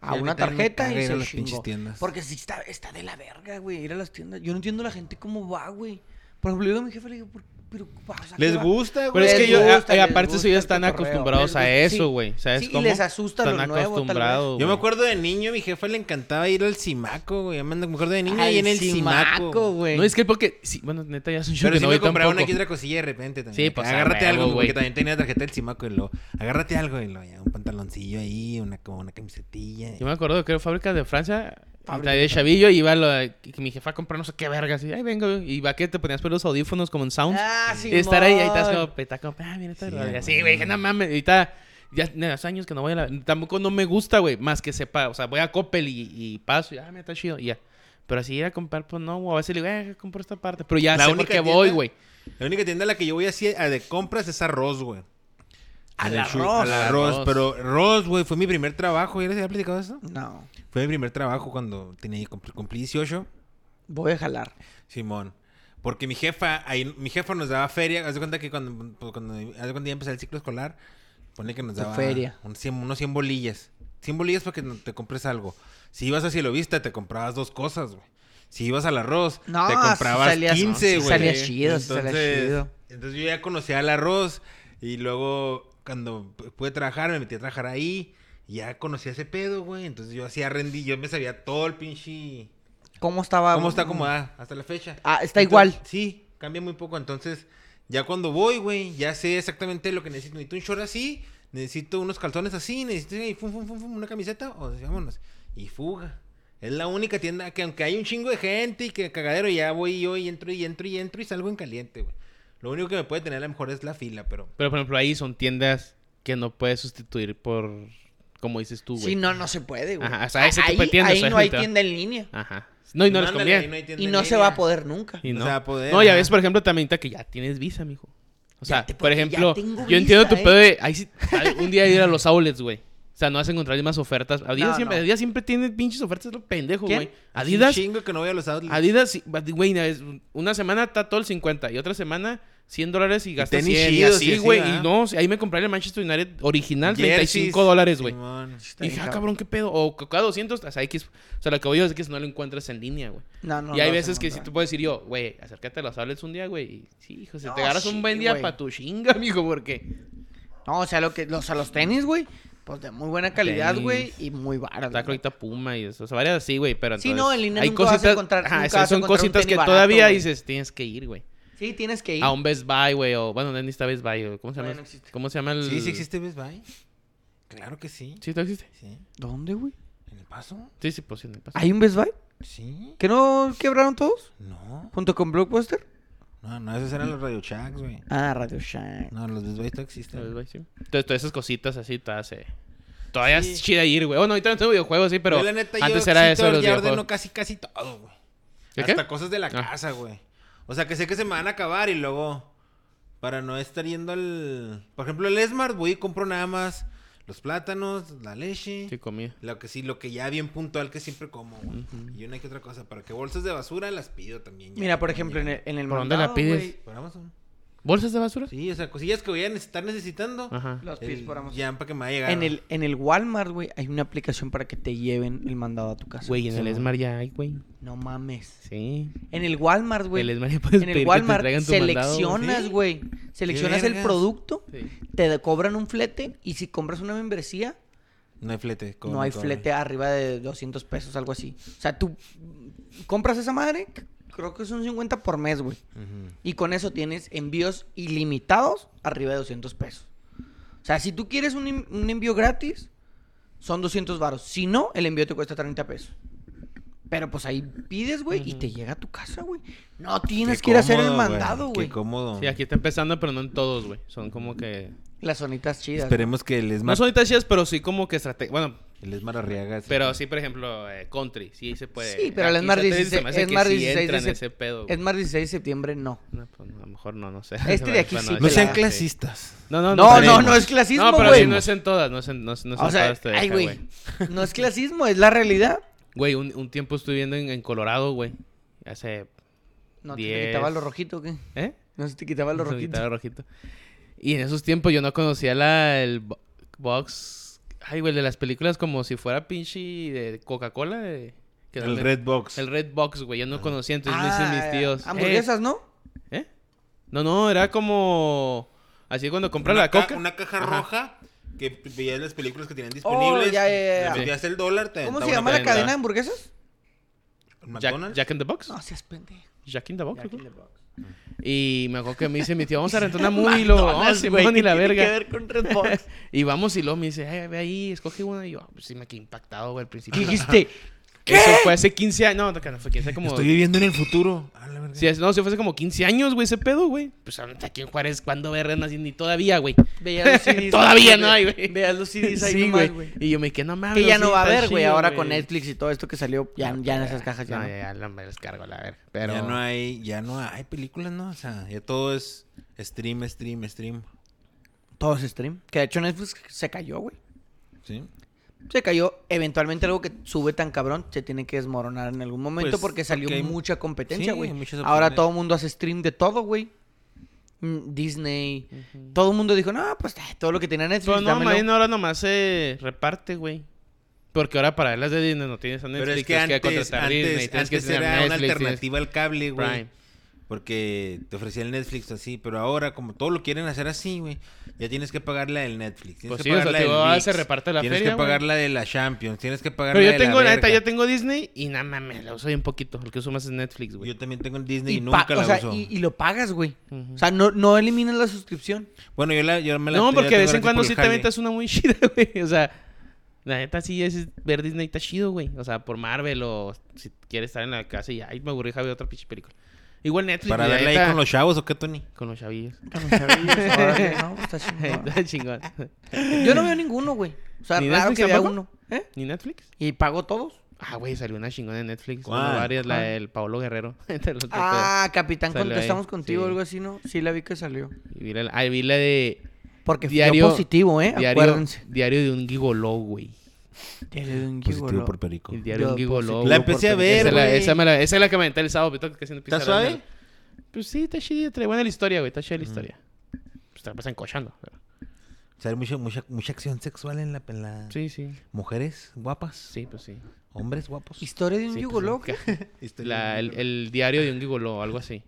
A
Ya
una
ahorita me
tarjeta
caga
y
ir a
se
las
chingó.
pinches tiendas.
Porque sí está, está de la verga, güey. Ir a las tiendas. Yo no entiendo la gente cómo va, güey. Por ejemplo, yo digo a mi jefe, le digo, "¿Por- pero, o sea, ¿qué
Les
va?"
gusta,
Pero
güey.
es que
Les
yo,
gusta,
eh,
les
aparte,
gusta
ellos
el
están
cotorreo.
acostumbrados a
Les gusta-
eso,
sí.
güey. ¿Sabes
Sí, y
cómo?
les asusta lo
Están
nuevo, tal vez.
acostumbrados,
Yo me
güey.
acuerdo de niño, mi jefa le encantaba ir al Cimaco, güey. Me acuerdo de niño
Ay,
y en el
Simaco,
Cimaco.
güey.
No, es que porque... sí, bueno, neta, ya es un show
Pero
que
sí
no
me
voy
compraban
tampoco.
aquí otra cosilla de repente también.
Sí,
que
pues, a
Agárrate
huevo,
algo, güey.
güey.
Porque también tenía tarjeta del Cimaco y lo. Agárrate algo y lo. ya, un pantaloncillo ahí, una, como una camisetilla.
Yo me acuerdo que era fábrica de Francia.
Fábrica
Fábrica de Chavillo iba lo de- que mi jefa a comprar no sé qué vergas. Y ahí vengo. Y va que te ponías por los audífonos como en Sounds.
Ah, sí.
y estar ahí, ahí estás como, peta, como, ah, mira, está
Sí,
sí,
güey.
así, güey, dije, no mames. Ahorita, ya de hace años que no voy a la. Tampoco no me gusta, güey, más que sepa. O sea, voy a Coppel y, y paso. Y, ah, mira, está chido. Y ya. Pero así ir a comprar, pues no, güey. A veces le digo, eh, compro esta parte. Pero ya
La
sé por
única
qué voy,
tienda-
güey.
La única tienda a la que yo voy así a de compras es arroz, güey.
Al
En el Shu-
arroz.
Al
Arroz.
arroz. Pero arroz, güey, fue mi primer trabajo. ¿Ya les había platicado eso?
No,
Fue mi primer trabajo cuando tenía, cumplí, cumplí 18,
voy a jalar.
Simón. Porque mi jefa, ahí, mi jefa nos daba feria. Haz de cuenta que cuando, pues, cuando, haz de cuenta ya empezaba el ciclo escolar, pone que nos
Tu
daba
feria.
un 100 unos 100 bolillas. 100 bolillas para que no- te compres algo. Si ibas a Cielo Vista, te comprabas dos cosas, güey. Si ibas al arroz,
No,
te
sí
comprabas
salías-
15,
sí
güey.
salías chido, sí salías
Entonces-
chido.
Entonces yo ya conocía el arroz y luego cuando p- pude trabajar, me metí a trabajar ahí. y Ya conocía ese pedo, güey. Entonces yo hacía rendí, yo me sabía todo el pinche...
¿Cómo estaba? Mm.
¿Cómo está acomodada hasta la fecha?
Ah,
Entonces,
está igual.
Sí, cambia muy poco. Entonces, ya cuando voy, güey, ya sé exactamente lo que necesito. Necesito un short así, necesito unos calzones así, necesito y fum, fum, fum, fum, una camiseta, o sea, vámonos. Y fuga. Es la única tienda que, aunque hay un chingo de gente y que cagadero, ya voy yo y entro y entro y entro y salgo en caliente, güey. Lo único que me puede tener a lo mejor es la fila, pero.
Pero por ejemplo, ahí son tiendas que no puedes sustituir por. Como dices tú, güey.
Sí, no, no se puede, güey.
Ajá, o sea, ese
ahí,
tipo de tiendas,
ahí no hay
ahorita.
tienda en línea.
Ajá. No, y no les
Ándale,
conviene.
ahí no hay tienda
Y
en
no se
línea.
va a poder nunca.
Y
O
no.
sea, poder,
no, ya
ajá.
ves, por ejemplo, también ahorita que ya tienes visa, mijo. O sea,
te-
por
ya
ejemplo,
tengo
yo entiendo
visa,
tu
¿eh?
pedo de ahí sí- ay, un día ir a los outlets, güey. O sea, no vas a encontrar las mismas ofertas. Adidas
No,
siempre,
no.
Adidas siempre tiene pinches ofertas, es lo pendejo,
¿Quién?
güey.
Es un
Adidas,
chingo que no voy a los outlets.
Adidas, sí, but, güey, una vez- una semana está todo el 50 y otra semana 100 dólares y gastas
tenis
100 y
chidos y
así,
así,
güey.
¿verdad?
Y no, ahí me compré el Manchester United original,
Jerseys,
35 dólares, güey.
Simón.
Está
Y dije,
bien,
ah, cabrón, qué pedo. O cada 200, o sea, X. O sea, lo que voy a decir es que no lo encuentras en línea, güey.
No, no,
y hay
no se
veces que si
encuentra.
tú puedes decir yo, güey, acércate a los outlets un día, güey. Y sí, hijo, si
No,
te agarras
sí,
un buen día <laughs>
güey.
para tu chinga, mijo, porque.
No, o sea, lo que, los, a los tenis, güey. Pues de muy buena calidad,
Tenis.
güey, y muy barato.
Está ahorita Puma y eso. O sea, varias así, güey. Pero
Sí,
entonces,
no, en línea
hay
nunca vas a
cositas-
encontrar-
Ajá,
nunca
esas
vas a
son
encontrar un
cositas
tenis
que
barato,
todavía
güey.
dices, tienes que ir, güey.
Sí, tienes que ir.
A un Best Buy, güey. O bueno, no está Best Buy. o ¿Cómo se llama?
Todavía no existe.
¿Cómo se llama el...?
Sí, sí existe Best Buy. Claro que sí.
¿Sí todavía existe?
Sí.
¿Dónde, güey?
¿En el paso?
Sí, sí, pues sí, en el paso.
¿Hay un Best Buy?
Sí.
¿Que no quebraron todos?
No.
¿Junto con Blockbuster?
No, no, esos eran los Radio Shacks, güey.
Ah, Radio Shack.
No, los Best Buy todavía
En el Best
existen.
Buy, sí. Entonces, todas esas cositas así, todas se... Todavía es chida ir, güey. Bueno, ahorita no tengo videojuegos, sí, pero
Yo, la neta,
antes
yo
era
sí
eso
to-
de los
ya
videojuegos.
ordeno casi, casi todo, güey.
¿Qué, qué?
Hasta cosas de la
Ah.
casa, güey. O sea, que sé que se me van a acabar y luego... Para no estar yendo al... Por ejemplo, el Smart voy y compro nada más los plátanos, la leche...
Sí, comida.
Lo que sí, lo que ya bien puntual que siempre como, güey. Y una que otra cosa. Para que bolsas de basura las pido también. ya
Mira, por
cuando
ejemplo, en
llegan.
el, en el
¿Por dónde la
mandado,
pides?
güey,
Por Amazon.
¿Bolsas de basura?
Sí, o sea, cosillas que voy a estar necesitando.
Ajá.
Los pides
el-
por Amazon.
Ya, para que me vaya a llegar.
En el, en el Walmart, güey, hay una aplicación para que te lleven el mandado a tu casa.
Güey, en
Sí,
el
güey.
Esmar ya hay, güey.
No mames.
Sí.
En el Walmart, güey.
el Esmar ya puedes
En
pedir que
el
te
Walmart
traigan tu mandado, güey.
seleccionas,
¿Sí?
güey. Seleccionas el
vergas?
producto,
Sí.
te de- cobran un flete y si compras una membresía,
No hay flete. ¿cómo
no hay
cobra?
flete arriba de 200 pesos, algo así. O sea, tú compras esa madre, c- creo que son 50 por mes, güey.
Ujú.
Y con eso tienes envíos ilimitados arriba de 200 pesos. O sea, si tú quieres un, en- un envío gratis, son 200 varos. Si no, el envío te cuesta 30 pesos. Pero pues ahí pides, güey, y te llega a tu casa, güey. No tienes
Qué
que ir a hacer el
cómodo,
mandado, güey.
Qué cómodo.
Sí, aquí está empezando, pero no en todos, güey. Son como que...
Las zonitas chidas.
Esperemos que el
No
Esmar...
son italianas, pero sí como que estrategia. Bueno,
El Esmar Arriaga. sí.
pero sí, por ejemplo, eh, country. Sí, se puede.
Sí, pero el
Aquí
Smart
se te dice,
16,
se me hace que
Smart
sí
16
entra en
dice-
ese pedo. güey.
Es más 16 de septiembre, no.
No, pues, a lo mejor no, no sé.
Este
<laughs>
de aquí
Bueno,
sí,
es-
No sean
la-
clasistas.
No, no,
No, no,
pero-
no es clasismo,
No, pero
güey.
sí, no es en todas. No es en, no, es- no es
o
en
sea,
todas este te
ay,
deja,
güey. <laughs> No es clasismo, es la realidad.
Güey, un, un tiempo estuve viendo en, en Colorado, güey. Hace.
No te
<laughs> Diez.
quitaba lo rojito, ¿qué?
¿Eh?
No se te quitaba lo
Se me
rojito.
quitaba el rojito. Y en esos tiempos yo no conocía la, el bo- box. Ay, güey, de las películas como si fuera pinche de Coca-Cola. de- que
El
donde-
Red Box.
El Red Box, güey. Yo no conocía, entonces me
Ah,
dicen mis tíos.
Hamburguesas, ¿no?
¿Eh? ¿eh? No, no, era como. Así cuando compras
Una
la
ca-
coca.
Una caja
Ajá.
roja que p- veías las películas que tenían disponibles.
Oh, ya, ya, ya.
Le metías el dólar. Te
¿Cómo
aventaba
se
una
llama la
cadena.
cadena de hamburguesas?
Jack,
McDonald's.
Jack in the Box.
No seas pendejo.
Jack in the Box, creo que.
Ah. Jack in the Box.
Y me acuerdo que me dice mi tío, vamos a
<laughs>
rentar una movie. Y luego, oh,
McDonald's, güey,
Simón y
¿qué
la
tiene que
verga.
ver con Red Box?
Y vamos y luego me dice, "Eh, ve ahí, escoge una. Y yo, "Ah, pues sí, me quedé impactado, güey, al <laughs> principio.
Dijiste,
Eso fue hace 15 años. No, no, que no fue 15, como.
Estoy viviendo en el futuro. Ah, la verga.
Sí, es- no, si fue hace como 15 años, güey, ese pedo, güey. Pues ahorita aquí en Juárez, ¿cuándo verga naciendo? Y todavía, güey.
veías
<laughs>
los CDs.
Todavía no hay, güey.
Veas
<laughs>
los CDs ahí
Sí,
nomás,
güey.
güey.
Y yo me quedé, no mames.
Que ya
sí,
no va a
está
haber, güey.
chido,
Ahora con Netflix y todo esto que salió, ya, ya en esas cajas ya
No,
no.
ya, ya me descargo, la verga. Pero.
Ya no hay, ya no hay películas, ¿no? O sea, ya todo es stream, stream, stream.
Todo es stream. Que de hecho Netflix se cayó, güey.
¿Sí?
Se cayó. Eventualmente algo que sube tan cabrón se tiene que desmoronar en algún momento
Pues,
porque salió
porque hay-
mucha competencia,
Sí,
güey.
hay muchas
Ahora
opciones.
todo el mundo hace stream de todo, güey. Mm, Disney. Todo el mundo dijo, no, pues eh, todo lo que tenía Netflix,
Pero Pues, no,
dámelo".
Marín ahora nomás se reparte, güey. Porque ahora para ver las de Disney no tienes a Netflix,
Pero es que
tienes
antes,
contratar Disney,
antes,
tienes que
antes
tener
era una
Netflix, tienes-
alternativa al cable, güey.
Prime.
Porque te ofrecía el Netflix así, pero ahora como todo lo quieren hacer así, güey, ya tienes que pagar la del Netflix. Tienes
Pues
que
sí, o
pagar
sea,
la
te
del
digo, ahora
Mix,
se reparte la
Tienes
feria,
que
güey.
pagar la de la Champions, tienes que pagar la
Pero yo
de
tengo,
la
la neta,
verga.
yo tengo Disney y nada mames, la uso bien poquito. El que uso más es Netflix, güey.
Yo también tengo el Disney y,
Y,
nunca
pa-
la
o sea,
uso.
y, y lo pagas, güey.
Ujú.
O sea, no, no eliminas la suscripción.
Bueno, yo, la, yo me la
No,
yo la
porque de
tengo
vez en
gratis
cuando
por el
sí te
jale.
aventas una muy <laughs> chida, güey. O sea, la neta sí es ver Disney está chido, güey. O sea, por Marvel o si quieres estar en la casa y ay, me aburrí, Javi, otra pinche película. Igual Netflix,
¿Para
güey, la
verla ahí
neta,
con los chavos o qué, Tony?
con los chavillos. <laughs>
Órale, no, pues, está chingón.
Está chingón. <laughs>
Yo no veo ninguno, güey. O sea,
¿Ni
raro
Netflix
que vea
tampoco?
uno. ¿Eh?
¿Ni Netflix?
Y pago todos.
Ah, güey, salió una chingona en Netflix.
¿Cuál?
Bueno, varias, la
¿Cuál?
del Paolo Guerrero. <laughs> Entre los otros
Ah, Capitán,
Salió ahí,
contestamos contigo,
sí.
algo así, ¿no? Sí, la vi que salió.
pedos. Y vi la, ah, y vi la de
Porque
Diario-
fue positivo, ¿eh?
diario,
Acuérdense.
diario de un gigoló, güey.
Diario de un
Positivo
gigolo.
por perico.
El diario de un
Yo
gigoló.
positivo
La
güey.
empecé a
porque
ver,
Esa es la,
güey.
esa me la- esa es la que me aventé el sábado, pero tengo que haciendo
¿Está
pizarra,
suave?
¿no? Pues sí, está chida, está buena la historia, güey. Está chida la historia. Pues te la pasan cochando. pero-
O sea, hay mucha, mucha, mucha acción sexual en la, en la-
Sí, sí.
Mujeres guapas,
Sí, pues sí.
hombres guapos.
Historia de un
Sí,
gigolo.
pues,
¿qué?
sí.
este
La- el, el diario de un gigoló, algo así.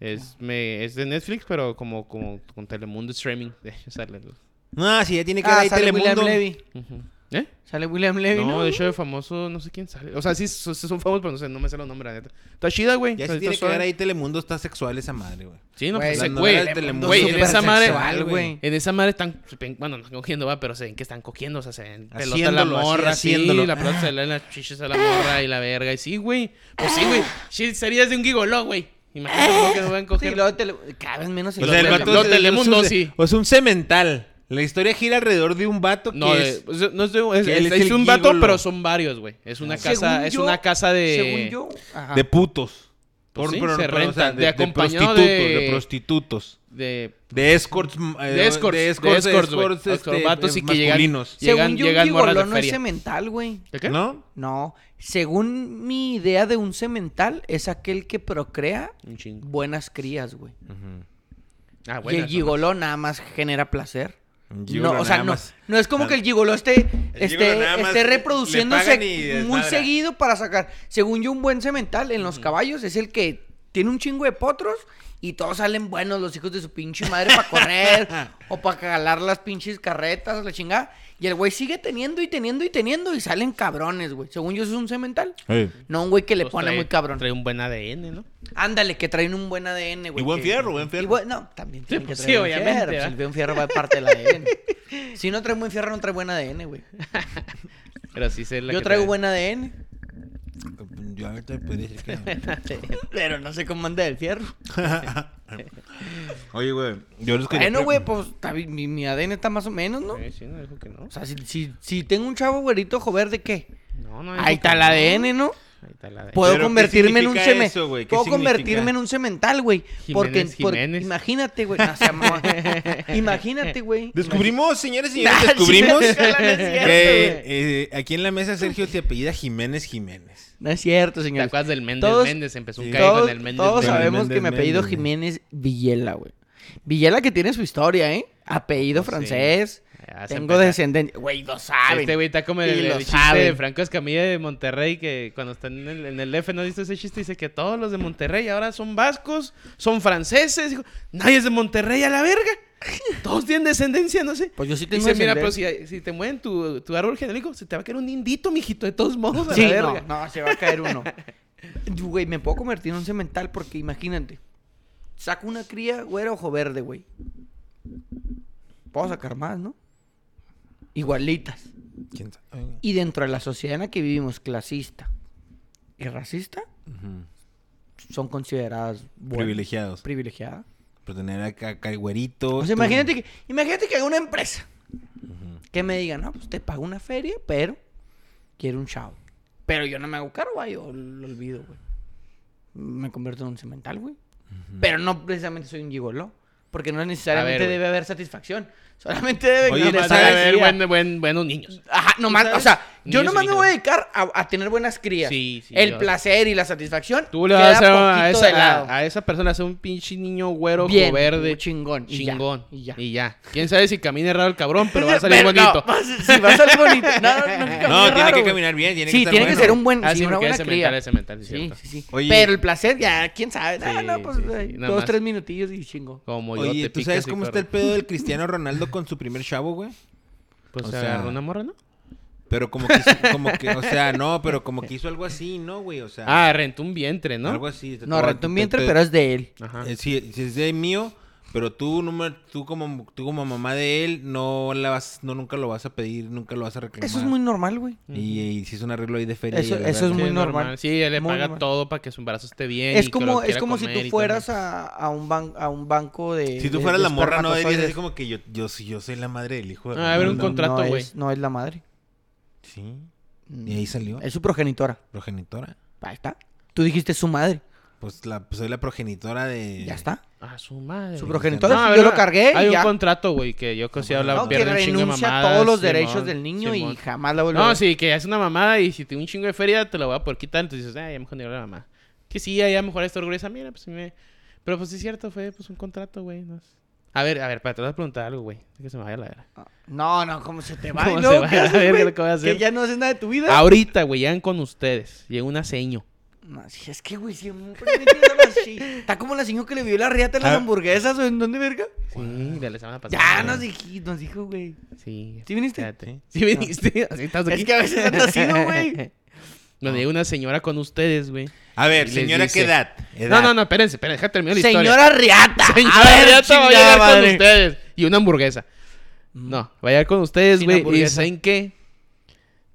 Es, me, es de Netflix, pero como, como con Telemundo Streaming. De hecho, sale el-
No, si ya tiene que
Ah,
ahí
sale William
Telemundo.
Levy.
Ujú. ¿Eh?
Sale William Levy, ¿no?
No, de hecho, de famoso, no sé quién sale. O sea, sí, so- sí son famosos, pero no sé, no me sé los nombres, la neta. Está chida, güey.
Ya
O sea,
si tiene
está
que ver
suave.
ahí Telemundo está sexual esa madre, güey.
Sí, no,
Güey,
pues,
la
ese
novela
güey.
de Telemundo
güey,
es
en esa madre.
supersexual, güey.
<laughs> En Eh, esa madre están. se ven- Bueno, no cogiendo, va, pero se ven que están cogiendo. O sea, se ven pelota a la
Haciéndolo, así,
morra, sí,
haciéndolo.
la pelota se le da en las chichas a la morra y la verga. Y sí, güey. Pues sí, güey. Sí, serías de un gigoló, güey. Imagínate cómo que no van
<laughs>
a
Sí,
coger.
luego tele- cada vez menos
O
Lo
sea, el
de-
vato
lo
es-
de Telemundo,
es un-
sí.
O sea, un cemental. La historia gira alrededor de un vato que
No, de-
es...
pues, no es, de, es,
que él
es-
es
es
el
un vato,
gigolo.
pero son varios, güey. Es una
Ah, Según
casa, es
yo-
una casa de.
Según yo, ajá.
de putos.
Pues sí,
pero-
se
pero, o sea,
rentan, de
de, de
acompañado
prostitutos,
de-
de... prostitutos.
de
De escorts. eh,
De escorts,
De
de
escorts, de
escorts, güey.
escorts, este,
Acrobatos y
eh,
que llegan-
masculinos.
llegan-
Según yo,
llegan
un
morras de
gigoló no es
feria.
cemental, güey.
¿De qué?
¿No?
No. Según mi idea de un cemental, es aquel que procrea
Un chingo.
buenas crías, güey.
Ah,
Y el
bueno.
gigoló nada más genera placer.
Un gigolo
no, o sea,
nada
no,
más.
no es como
Ah.
que el gigoló esté,
El
esté,
gigoló nada más le
esté
pagan y
reproduciéndose muy
desmadra.
seguido para sacar. Según yo, un buen cemental en los caballos es el que tiene un chingo de potros y todos salen buenos los hijos de su pinche madre para
<laughs>
correr o para calar las pinches carretas o la chingada. Y el güey sigue teniendo y teniendo y teniendo y salen cabrones, güey. Según yo, eso es un cemental. No un güey que le pone muy cabrón.
Trae un buen ADN, ¿no?
Ándale, que traen un buen ADN, güey.
Y buen
que-
fierro, buen fierro.
y buen- no, también tienen
pues
que
sí,
traer buen
obviamente,
fierro. pues
¿verdad?
el buen fierro va de parte del
<laughs>
ADN. si no trae buen fierro, no trae buen ADN, güey.
Pero sí sé la
Yo
que
traigo
trae.
buen
<laughs>
ADN,
Yo ahorita podría decir que no.
pero no sé cómo anda el fierro.
Oye, güey. Yo les quería
Bueno,
pre-
güey, pues está bien, mi, mi ADN está más o menos, ¿no?
Sí, sí, no dijo que no.
O sea, si, si, si tengo un chavo güerito ojo verde, ¿qué?
No, no dijo
Ahí está
que
el
no.
ADN, ¿no?
Ahí está el ADN.
Puedo
¿qué
convertirme en un
significa
cemental.
eso, güey? ¿Qué
Puedo
significa?
convertirme en un cemental, güey. Porque,
Jiménez,
por-
Jiménez.
imagínate, güey. no seas
<laughs>
mamón. imagínate, güey.
Descubrimos, señores y
<laughs>
señores,
Nah,
descubrimos
Ah, sí, ojalá no es cierto,
que eh, aquí en la mesa Sergio te apellida Jiménez Jiménez.
No es cierto,
¿Te
señor.
acuerdas del Méndez
Todos-
Méndez? Empezó un
Sí.
caído
Todos,
en el Méndez
todos
Méndez.
sabemos
Méndez,
que mi apellido
Méndez,
Jiménez Villela, güey. Villela que tiene su historia, ¿eh? Apellido
Oh, Sí.
francés.
Ya se
Tengo
empezó.
descendencia. Güey, lo saben.
Este güey está como el,
Y
el
lo
chiste
saben.
de Franco Escamilla de Monterrey que cuando está en el, en el DF no dice ese chiste dice que todos los de Monterrey ahora son vascos, son franceses, dijo, nadie es de Monterrey a la verga.
<laughs>
Todos tienen descendencia, no sé.
Pues yo sí tengo
Dice, mira, pero
descendencia".
si, si te mueven tu, tu árbol genético, se te va a caer un indito, mijito, de todos modos, a
Sí,
la
no,
verga.
no, se va a caer uno. <laughs> Güey, me puedo convertir en un cemental porque imagínate. Saco una cría, güey, ojo verde, güey. Puedo sacar más, ¿no? Igualitas.
¿Quién sabe?
Y dentro de la sociedad en la que vivimos, clasista y racista,
Ujú.
son consideradas buenas,
Privilegiados.
privilegiadas.
Por tener acá caigüerito.
O sea, imagínate que, imagínate que haga una empresa que me diga, no, pues te pago una feria, pero quiero un chavo. Pero yo no me hago cargo, güey, yo lo olvido, güey. Me convierto en un cemental, güey. Pero no precisamente soy un gigoló. Porque no necesariamente
güey.
debe haber satisfacción. Solamente debe
Oye,
haber
nomás
Vas a
¿sabes?
ver
satisfacción.
buen- buen- buenos niños.
Ajá, nomás, o sea, yo
Niños y
nomás me
niñas.
voy a dedicar a, a tener buenas crías.
Sí, sí,
El
yo-
placer y la satisfacción.
Tú le vas a hacer
queda
a
poquito
esa,
de lado.
a, a esa persona hacer un pinche niño güero,
Bien,
ojo verde.
chingón, y ya,
Chingón.
y ya.
Quién sabe si camina errado el cabrón, pero
<laughs>
va a salir
Pero
bonito.
No, vas- sí, va a salir bonito. No,
<laughs>
no, no,
No,
camina
tiene
raro,
que
güey.
caminar bien. Tiene
sí,
que estar
tiene que
bueno.
ser un buen,
Ah,
sí,
sí,
una
porque
buena
ese
cría.
mental, ese mental, sí,
sí,
cierto.
sí, sí.
Oye.
Pero el placer, ya, quién sabe. Ah,
Sí,
no, pues,
sí, sí,
ay,
nada
dos,
más.
tres minutillos y chingo.
Como yo
Oye,
te
¿tú
picas
sabes
y
cómo está
corres.
el pedo del Cristiano Ronaldo con su primer chavo, güey?
Pues
o
se
sea,
agarró una morra, ¿no?
Pero como que, hizo- como que, o sea, no, pero como que hizo algo así, ¿no, güey? O sea,
Ah, rentó un vientre, ¿no?
algo así.
No, rentó un vientre,
Te-
pero es de él.
Ajá.
Eh, sí, si es de mío, pero tú, no me- tú, como, tú como mamá de él, no la vas, no nunca lo vas a pedir, nunca lo vas a reclamar.
Eso es muy normal, güey.
Y, y si es un arreglo ahí de feria.
Eso-
y la
eso es
verga.
muy
Sí,
normal.
Sí, ella le
Muy
paga
normal.
todo para que su embarazo esté bien. y
Es
que lo
como, es
quiera
como si
comer y
tú
todo
fueras
eso.
a, a un ban- a un banco de.
Si tú
de-
fueras
de
la morra, no dirías
espermatozoides.
así como que yo, yo, sí- yo soy la madre del hijo. de
Ah, a ver, un
Ronaldo.
contrato,
No es-
güey.
No es la madre.
Sí. Y ahí salió.
Es su progenitora.
Progenitora.
Ahí está. Tú dijiste su madre.
Pues la, pues soy la progenitora de...
Ya está.
Ah, su madre.
Su
progenitor
progenitora,
a
yo
ver,
lo cargué
Hay
y
un
ya.
contrato, güey, que yo que si habla
No, que
pierde un chingo de
renuncia a
mamadas,
todos los
Simón,
derechos del niño
Simón.
y jamás la vuelve a
No,
ver.
sí, que es una mamada y si tiene un chingo de feria te la voy a poder quitar. Entonces dices, ah, ya mejor ni hablar a la mamá. Que sí, ya, ya mejor esto regresa. Mira, pues sí me. Pero pues sí, es cierto, fue pues un contrato, güey. no sé. A ver, a ver, para te voy a preguntar algo, güey. Que se me vaya la verga.
No, no, ¿cómo se te va?
¿Cómo
¿Y
se
luego
va?
qué
A
haces, <laughs>
ver, Ah.
güey?
¿qué voy a hacer?
Que ya no haces nada de tu vida.
Ahorita, güey, llegan con ustedes. Llega una seño.
No, sí, es que, güey, siempre me tiran las chi- Está como la señora que le vio la riata a las
Ah.
hamburguesas, o en dónde, verga.
Sí, de la semana pasada.
Ya nos dij- nos dijo, güey.
Sí.
¿Sí viniste?
Fíjate. Sí viniste. Así estás
Es
aquí.
que a veces ando así, ¿no, güey?
Donde llega una señora con ustedes, güey.
A ver,
Y les
señora,
dice-
¿qué edad?
No, no, no, espérense, espérense, déjate terminar la historia.
Señora <laughs> riata.
<laughs> Señora,
a ver,
ya te va a
chingada
llegar con
madre. Mm.
ustedes. Y una hamburguesa. No, va a llegar con ustedes,
Sin
güey. Y
hamburguesa.
dicen que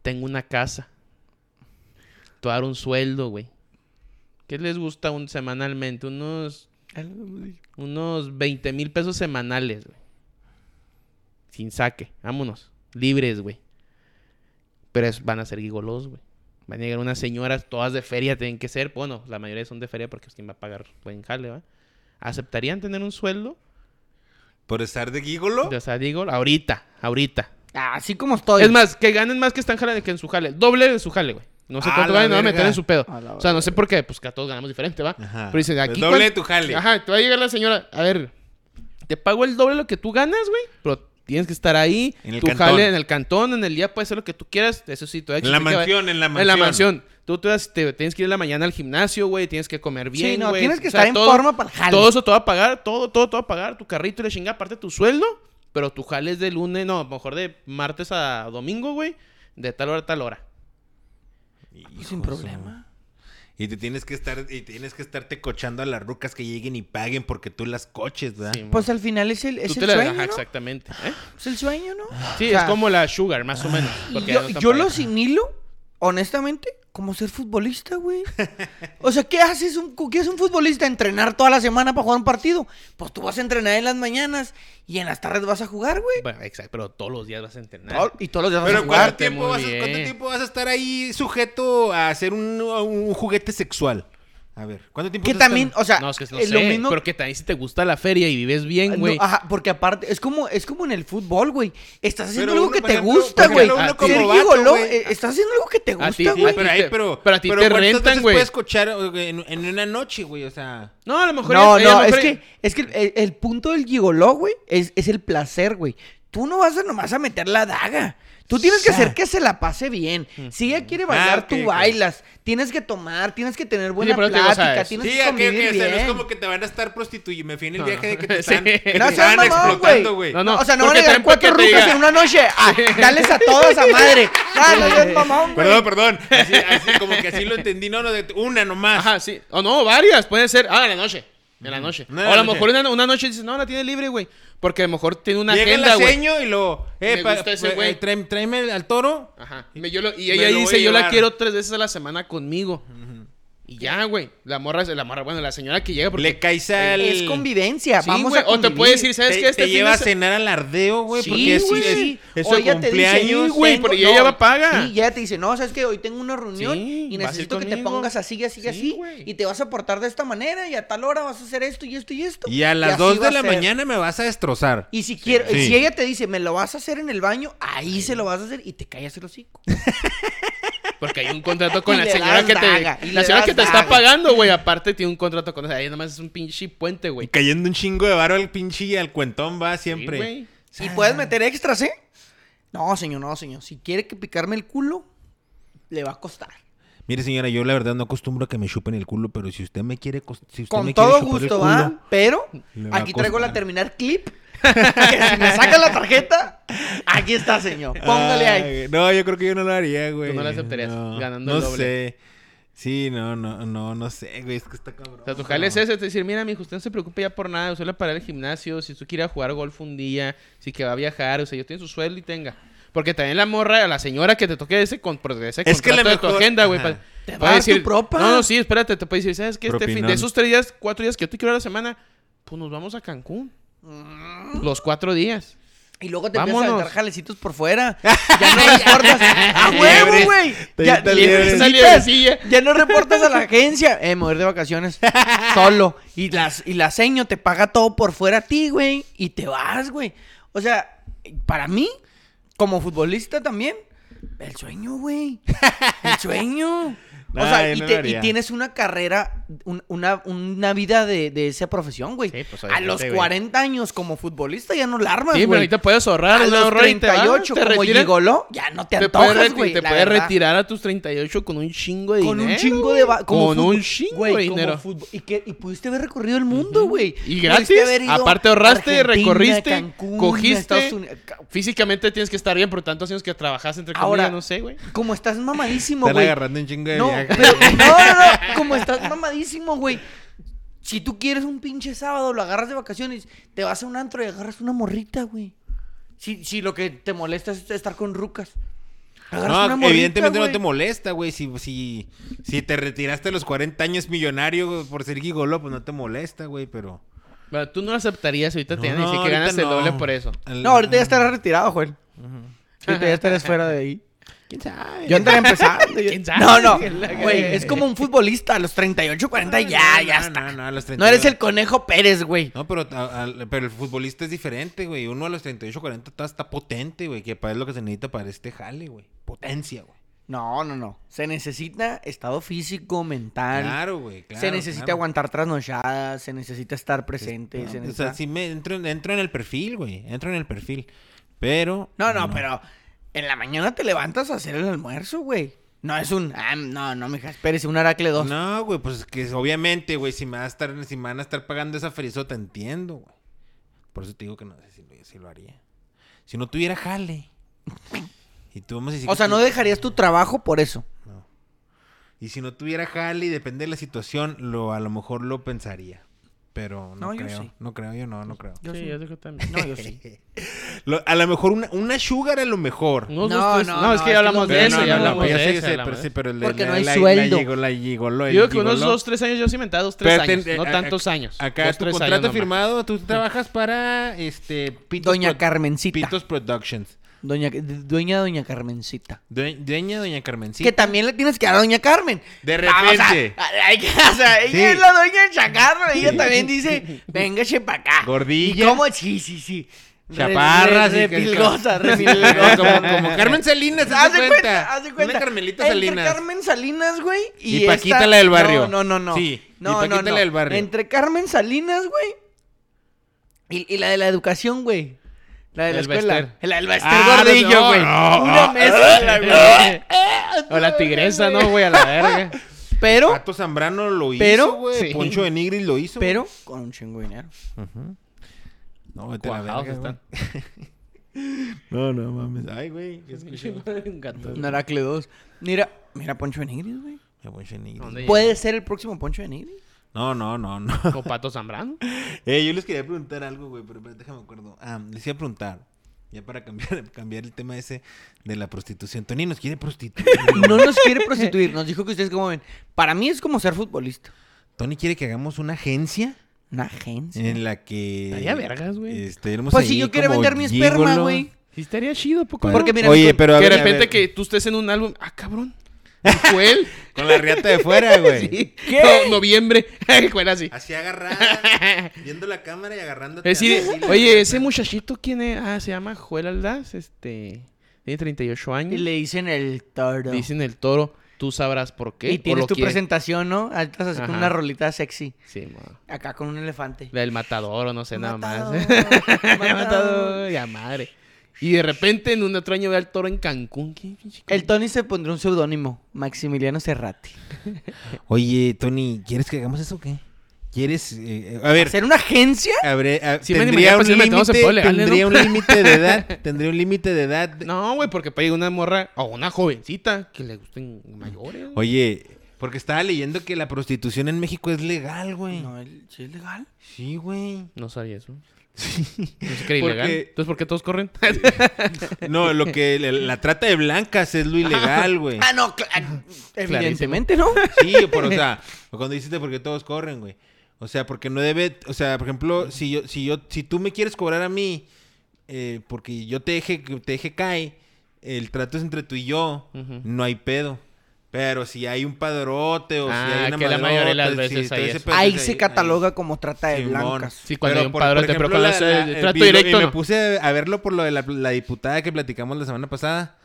tengo una casa. Te voy a dar un sueldo, güey. ¿Qué les gusta un semanalmente? Unos,
Algo me dijo.
unos 20 mil pesos semanales, güey. Sin saque. Vámonos. Libres, güey. Pero es- van a ser gigolos, güey. Van a llegar unas señoras, todas de feria tienen que ser. Bueno, la mayoría son de feria porque pues, quién va a pagar buen jale, ¿va? ¿Aceptarían tener un sueldo?
¿Por estar de gigolo?
O sea, digo, ahorita, ahorita.
Ah, Así como estoy.
Es más, que ganen más que están jale que en su jale. Doble de su jale, güey. No sé
A
cuánto
la
ganen, no voy a
verga.
meter en su pedo.
A la
O sea, no sé por qué, pues que a todos ganamos diferente, ¿va?
Ajá.
Pero dicen,
El
aquí.
doble de
cuan-
tu jale.
Ajá, te va a llegar la señora. A ver, te pago el doble de lo que tú ganas, güey. Pero tienes que estar ahí.
En el
tu
cantón.
jale en el cantón, en el día puede ser lo que tú quieras. Eso sí, tú
En la mansión, en la mansión.
En la mansión. Tú, tú das- te- tienes que ir en la mañana al gimnasio, güey. Tienes que comer bien.
Sí, no,
güey.
tienes que
O sea,
estar en
todo-
forma para el jale.
todo eso te va a pagar, todo, todo, todo va a pagar, tu carrito y la chingada, aparte tu sueldo, pero tu jale es de lunes, no, mejor de martes a domingo, güey, de tal hora a tal hora.
Hijo
Sin
de su-
problema.
Y te tienes que estar, y tienes que estarte cochando a las rucas que lleguen y paguen porque tú las coches, ¿verdad?
Sí,
Pues
mo-
al final es el,
tú
es
te
el
la-
sueño,
ajá,
¿no?
exactamente. ¿eh?
Es el sueño, ¿no?
Sí,
O sea, ah,
es como la sugar, más o menos. porque ya
Yo,
no están
yo lo
pagando.
asimilo, honestamente, como ser futbolista, güey. O sea, ¿qué haces un, qué hace un futbolista? Entrenar toda la semana para jugar un partido. Pues tú vas a entrenar en las mañanas y en las tardes vas a jugar, güey.
Bueno, exacto, pero todos los días vas a entrenar.
Todo- Y todos los días vas a
Pero
jugar.
¿cuánto
Jugarte
tiempo,
muy
vas a, cuánto
bien.
tiempo vas a estar ahí sujeto a hacer un, a un juguete sexual? A ver, ¿cuánto tiempo
Que
vas a estar-
también, o sea,
no, Pues es que no
es
sé,
lo mismo.
pero que también si te gusta la feria y vives bien,
No, ah.
güey.
ajá, porque aparte, es como, es como en el fútbol, güey. Estás haciendo
Pero
algo
uno,
que
por
te
ejemplo,
gusta,
por
güey.
ejemplo,
uno
Ser
como
vato,
gigoló,
güey.
eh, estás haciendo algo que te
A ti,
gusta,
Ah, sí,
Sí,
güey.
pero,
A ti
ahí,
te-
pero,
pero a ti te
¿cuántas
rentan,
veces
güey.
puedes cochar o- en, en una noche, güey? O sea,
No, a lo mejor.
No,
ella- ella
no,
a lo
es
mejor-
que, es que el, el punto del gigoló, güey, es, es el placer, güey. Tú no vas a nomás a meter la daga. Tú tienes que
Sa-
hacer que se la pase bien. Si ella quiere bailar,
ok,
tú
ok.
bailas. Tienes que tomar, tienes que tener buena
pero te digo, o sea,
plática,
es-
tienes
sí,
que
ok, ok,
convivir
o sea,
bien.
no es como que te van a estar prostituyendo. Me fui en el
No,
viaje de que
sí.
te están, que te
No seas
estaban
mamón,
explotando,
güey.
güey.
No,
No, o sea, no van
porque
a llegar
también porque
cuatro
te
rucas
diga-
en una noche. Ah, dales a todas a madre. Ah, no seas mamón, güey.
Perdón, perdón. Así, así como que así lo entendí. No, no, de- una nomás.
Ajá, sí. O no, varias. Puede ser. Ah, en la noche. En la noche.
No, en
o a
la
lo mejor una, una noche dices, no, la tiene libre, güey. Porque a lo mejor tiene una
Llega
agenda,
el
güey.
aceño y lo... Eh,
Me
pa-
gusta ese
eh,
güey.
traem- tráeme el- al toro.
Ajá. Me- yo lo- y
Me
ella
lo voy
dice,
a
yo la
llevar".
quiero tres veces a la semana conmigo. Y ya, güey. La morra, la morra, bueno, la señora que llega porque...
Le caes al...
Es convivencia.
Sí,
Vamos
güey,
a
O te
convivir.
puede decir, ¿sabes
te,
qué?
te
Este fin de
lleva a
se-
cenar al ardeo, güey.
Sí,
porque es-
güey.
es, es,
O
su
ella te dice,
cumpleaños.
güey,
tengo-
pero ella ya va paga.
Sí, ya te dice, no, sabes que hoy tengo una reunión
Sí,
y
vas a ir
necesito que te
conmigo.
pongas así, así,
Sí,
así.
güey.
Y te vas a portar de esta manera y a tal hora vas a hacer esto y esto y esto.
Y a
así
las 2
va a
de la
ser.
mañana me vas a destrozar.
Y si, quiero,
Sí.
si ella te dice, me lo vas a hacer en el baño, ahí se lo vas a hacer y te callas el hocico.
Porque hay un contrato con
Y
la
le
señora
das
que te...
daga, y
la
le
señora que
das
te está
daga.
pagando, güey. Aparte tiene un contrato con... Ahí nomás es un pinche puente,
Y
güey.
cayendo un chingo de varo al pinche y al cuentón va
Sí,
siempre.
güey.
y puedes meter extras, ¿eh? No, señor, no, señor. Si quiere que picarme el culo, le va a costar.
Mire, señora, yo la verdad no acostumbro a que me chupen el culo, pero si usted me quiere, cos- si usted Pues me quiere
Con todo
chupar el
gusto,
culo,
¿va? Pero
Le va a
aquí traigo la
costar.
terminar
<laughs>
clip. que si me saca la tarjeta, aquí está, señor. Póngale
Ay,
ahí.
güey. Ah, No, yo creo que yo no lo haría, güey.
Tú no lo aceptarías,
No,
ganando
no
el doble.
sé. Sí, no, no, no, no sé, güey. Es que está cabrón.
O sea, tu jale es ese, te decir, mira, mijo, usted no se preocupe ya por nada, usted le para el gimnasio, si usted quiere ir a jugar golf un día, si que va a viajar, o sea, yo tengo su sueldo y tenga. Porque también la morra, la señora que te toque ese, con, por ese
Es que
contrato
la
de tu
mejor-
agenda, güey.
Ajá.
pa-
Te va
puede
a dar tu propa.
No, no, sí, espérate, te puede decir, ¿sabes qué? Este fin,
Propinón.
de esos tres días, cuatro días que yo te quiero a la semana, pues nos vamos a Cancún.
Mm.
Los cuatro días.
Y luego te
Vámonos.
empiezas a dar jalecitos por fuera. Ya no
<laughs>
reportas. ¡A
Libre.
huevo, güey!
Te
Ya,
avientas
libre,
libre.
¿necesitas?
Librecilla.
ya no reportas
<laughs>
a la agencia. Eh, me voy a ir de vacaciones. Solo. Y las, y la seño te paga todo por fuera a ti, güey. Y te vas, güey. O sea, para mí, como futbolista también, el sueño, güey. El sueño. O
Nah,
<laughs>
yo
sea, y,
no lo
te- y
haría.
tienes una carrera un- una, una vida de, de esa profesión, güey.
Sí, pues,
a los
obviamente, güey.
40 años como futbolista ya no la armas,
Sí, pero
güey.
ahorita puedes ahorrar.
a
no
los
ahorrar y te vas,
38
te
como
retiras-
gigoló, ya no te
Te puedes
antojas,
reti-
güey.
te
la
puedes
verdad.
retirar a tus 38 con un chingo de
Con
dinero.
un chingo de... ba- como
Con
fut-
un chingo
güey,
de
como
dinero.
fútbol. Y, que, y pudiste haber recorrido el mundo, güey.
Y
Pudiste
gratis,
haber ido
aparte ahorraste,
a Argentina,
recorriste,
Cancún,
cogiste.
Estados Unidos. Ca-
Físicamente tienes que estar bien, por tantos años que trabajas entre comillas,
Ahora-
no sé, güey.
Como estás mamadísimo,
Están
güey.
agarrando un chingo de
No,
viaje.
pero, no, no, no, como estás mamadísimo, güey. Si tú quieres un pinche sábado, lo agarras de vacaciones, te vas a un antro y agarras una morrita, güey. Si, si lo que te molesta es estar con rucas. Agarras
No,
una morrita,
evidentemente no
güey.
te molesta, güey. Si, si, si te retiraste a los 40 años millonario güey, por ser gigolo, pues no te molesta, güey, pero...
Pero tú no lo aceptarías ahorita, te van a
No,
decir que
ahorita
ganas el
no.
doble por eso.
Al-
No, ahorita ya estarás retirado, Joel. Ahorita
<laughs>
ya estarás fuera de ahí.
¿Quién sabe?
Yo andaría empezando. yo-
¿Quién sabe?
No, no. Güey, es como un futbolista a los 38, 40,
eh, No,
ya,
no,
ya
no,
está.
No, no, a los
No eres
32.
el conejo Pérez, güey.
No, pero, a- al- pero el futbolista es diferente, güey. Uno a los 38, 40 está, está potente, güey. Que para es lo que se necesita para este jale, güey. Potencia, güey.
No, no, no. Se necesita estado físico, mental.
Claro, güey. Claro,
se necesita
claro. Pues,
aguantar trasnochadas, se necesita estar presente.
No,
se
o
necesita-
sea, sí me entro, en- entro en el perfil, güey. Entro en el perfil. Pero.
No, no, pero en la mañana te levantas a hacer el almuerzo, güey. No es un. ah, no, no, mija, espérese, un Aracle 2.
No, güey, pues es que obviamente, güey, si me, va a estar, si me van a estar pagando esa frisota, entiendo, güey. Por eso te digo que no sé si lo, si lo haría. Si no tuviera
<laughs>
jale. Y tú vamos a decir
o
que
sea,
tú-
no dejarías tu trabajo por eso.
Y si no tuviera jale y depende de la situación, lo, a lo mejor lo pensaría. Pero no,
No, yo
creo.
sí.
No creo, yo no, no creo.
Yo
sí,
sí.
yo creo que también.
No, yo sí.
Lo- a lo mejor una, una sugar a lo mejor.
Unos
No,
dos, tres-
no,
no, es
no, es
que ya
que no,
hablamos de
no,
eso,
no,
ya
no,
hablamos
pero ya sé
de
que
eso.
se-
ya
pero
hablamos ¿eh? de
sí,
eso.
pero el-
Porque
la-
no hay
la- la
sueldo.
gigolo- la gigolo, el
Yo digo que unos
gigolo.
dos, tres años yo sí me he dos, tres
Pero
años.
ten-
no
a- a-
tantos años.
Acá
dos,
tu
tres años
contrato
nomás.
firmado, tú trabajas para este Pitos
Doña
Pro-
Carmencita.
Pitos Productions.
Doña, dueña Doña Carmencita.
Due- Dueña Doña Carmencita. <laughs>
Que también le tienes que dar a Doña Carmen.
De
Ah, o sea,
repente.
hay que- o sea, ella
Sí.
es la dueña del chacarro. Ella también
<laughs>
dice, véngase para acá.
Gordilla.
¿Y cómo? Sí, sí, sí.
Chaparras
Re- re-
y que-
Repilgosa,
Sí,
repilgosa.
como, como Carmen Salinas, haz de cuenta.
haz de cuenta.
Una Carmelita
Entre
Salinas.
Carmen Salinas, güey, y,
Y Paquita
esta-
la del barrio.
No, no, no. no.
Sí, y
no,
Paquita
no, no.
la del barrio.
Entre Carmen Salinas, güey, y, y la de la educación, güey. La de la
El
escuela.
Bester.
La del Bester
Este
Ah,
Gordillo,
no,
güey.
no,
Una
ah,
mesa. güey.
O la tigresa, ¿no, güey? A la verga.
Pero,
Pato Zambrano lo
Pero-
hizo, güey.
sí.
Poncho de Nigris lo hizo. güey.
pero, con un chingo de dinero.
No, vete a la
Cuajados
verga,
están.
güey. <laughs> No, no mames. Ay, güey. ¿qué escuché?
Gato.
Un Heracle 2. Mira, mira Poncho de Nigris, güey.
El Poncho de Nigris.
¿Dónde?
¿Puede ser el próximo Poncho de Nigris?
No, no, no, <laughs> no.
O Pato Zambrano.
Eh, yo les quería preguntar algo, güey, pero espérate, déjame acuerdo. Ah, les iba a preguntar. Ya para cambiar, <laughs> cambiar el tema ese de la prostitución. Tony nos quiere
<laughs>
prostituir. güey.
No nos quiere prostituir. Nos dijo que ustedes como ven. Para mí es como ser futbolista.
Tony quiere que hagamos una agencia
Una agencia.
en la que.
Estaría vergas, güey.
Este,
Pues si yo quiero vender mi esperma, güey.
Sí estaría chido, poco.
Porque mira,
Oye,
con-
pero a
que de
ver, a
repente
ver,
que tú estés en un álbum. Ah, cabrón. Fue él.
Con la riata de
<laughs>
fuera, güey.
¿Qué? noviembre. <laughs> Fue así.
Así agarrada, viendo la cámara y agarrándote.
<laughs> Es decir,
así, la
oye,
neta.
ese muchachito, ¿quién es? Ah, se llama Joel Aldaz. Este. Tiene 38
Y
años.
le dicen el toro.
Dicen el toro. Tú sabrás por qué.
y
o
tienes
lo
tu
quiere-
presentación, ¿no? Ah, Estás así con
Ajá.
una rolita sexy.
Sí, ma.
Acá con un elefante.
La del matador o no sé nada
<laughs>
más. <laughs>
Matador, matador.
matador. Ya madre. Y de repente en un otro año ve al toro en Cancún. ¿Qué pinche
El Tony se pondría un seudónimo, Maximiliano Serrati.
Oye, Tony, ¿quieres que hagamos eso o qué? ¿Quieres? eh, a ver,
¿Hacer una agencia?
habré- a-
Sí, me
tendría un
animaría, pues, sí, me metemos
límite,
en pedos legales,
tendría
¿no?
un límite de
<laughs>
edad, tendría un límite de edad.
No, güey, porque pegue una morra o una jovencita que le gusten mayores. Oye,
Oye, porque estaba leyendo que la prostitución en México es legal, güey.
No, el- ¿sí es legal?
Sí, güey.
no sabía eso.
Sí.
No sé qué era
Porque-
ilegal. Entonces, ¿por qué todos corren?
<laughs> No, lo que la, la trata de blancas es
<laughs>
lo ilegal, güey.
Ah, no, cla- evidentemente, ¿no?
Sí, por, o sea, cuando dijiste porque todos corren, güey. O sea, porque no debe, o sea, por ejemplo, si yo, si yo, si tú me quieres cobrar a mí, eh, porque yo te deje, te deje cae, el trato es entre tú y yo,
Ujú.
no hay pedo. Pero si hay un padrote o si
Ah,
hay una
que la mayoría de las
madrota, si
veces hay
todo ese
eso.
pedo,
Ahí
pues,
se
ahí-
cataloga como trata de
Simón.
blancas.
<laughs> Sí, cuando hay un
por-
padrote,
por
pero
ejemplo,
cuando es el trato
y lo-
directo,
Y me
no.
puse a verlo por lo de la, la diputada que platicamos la semana pasada.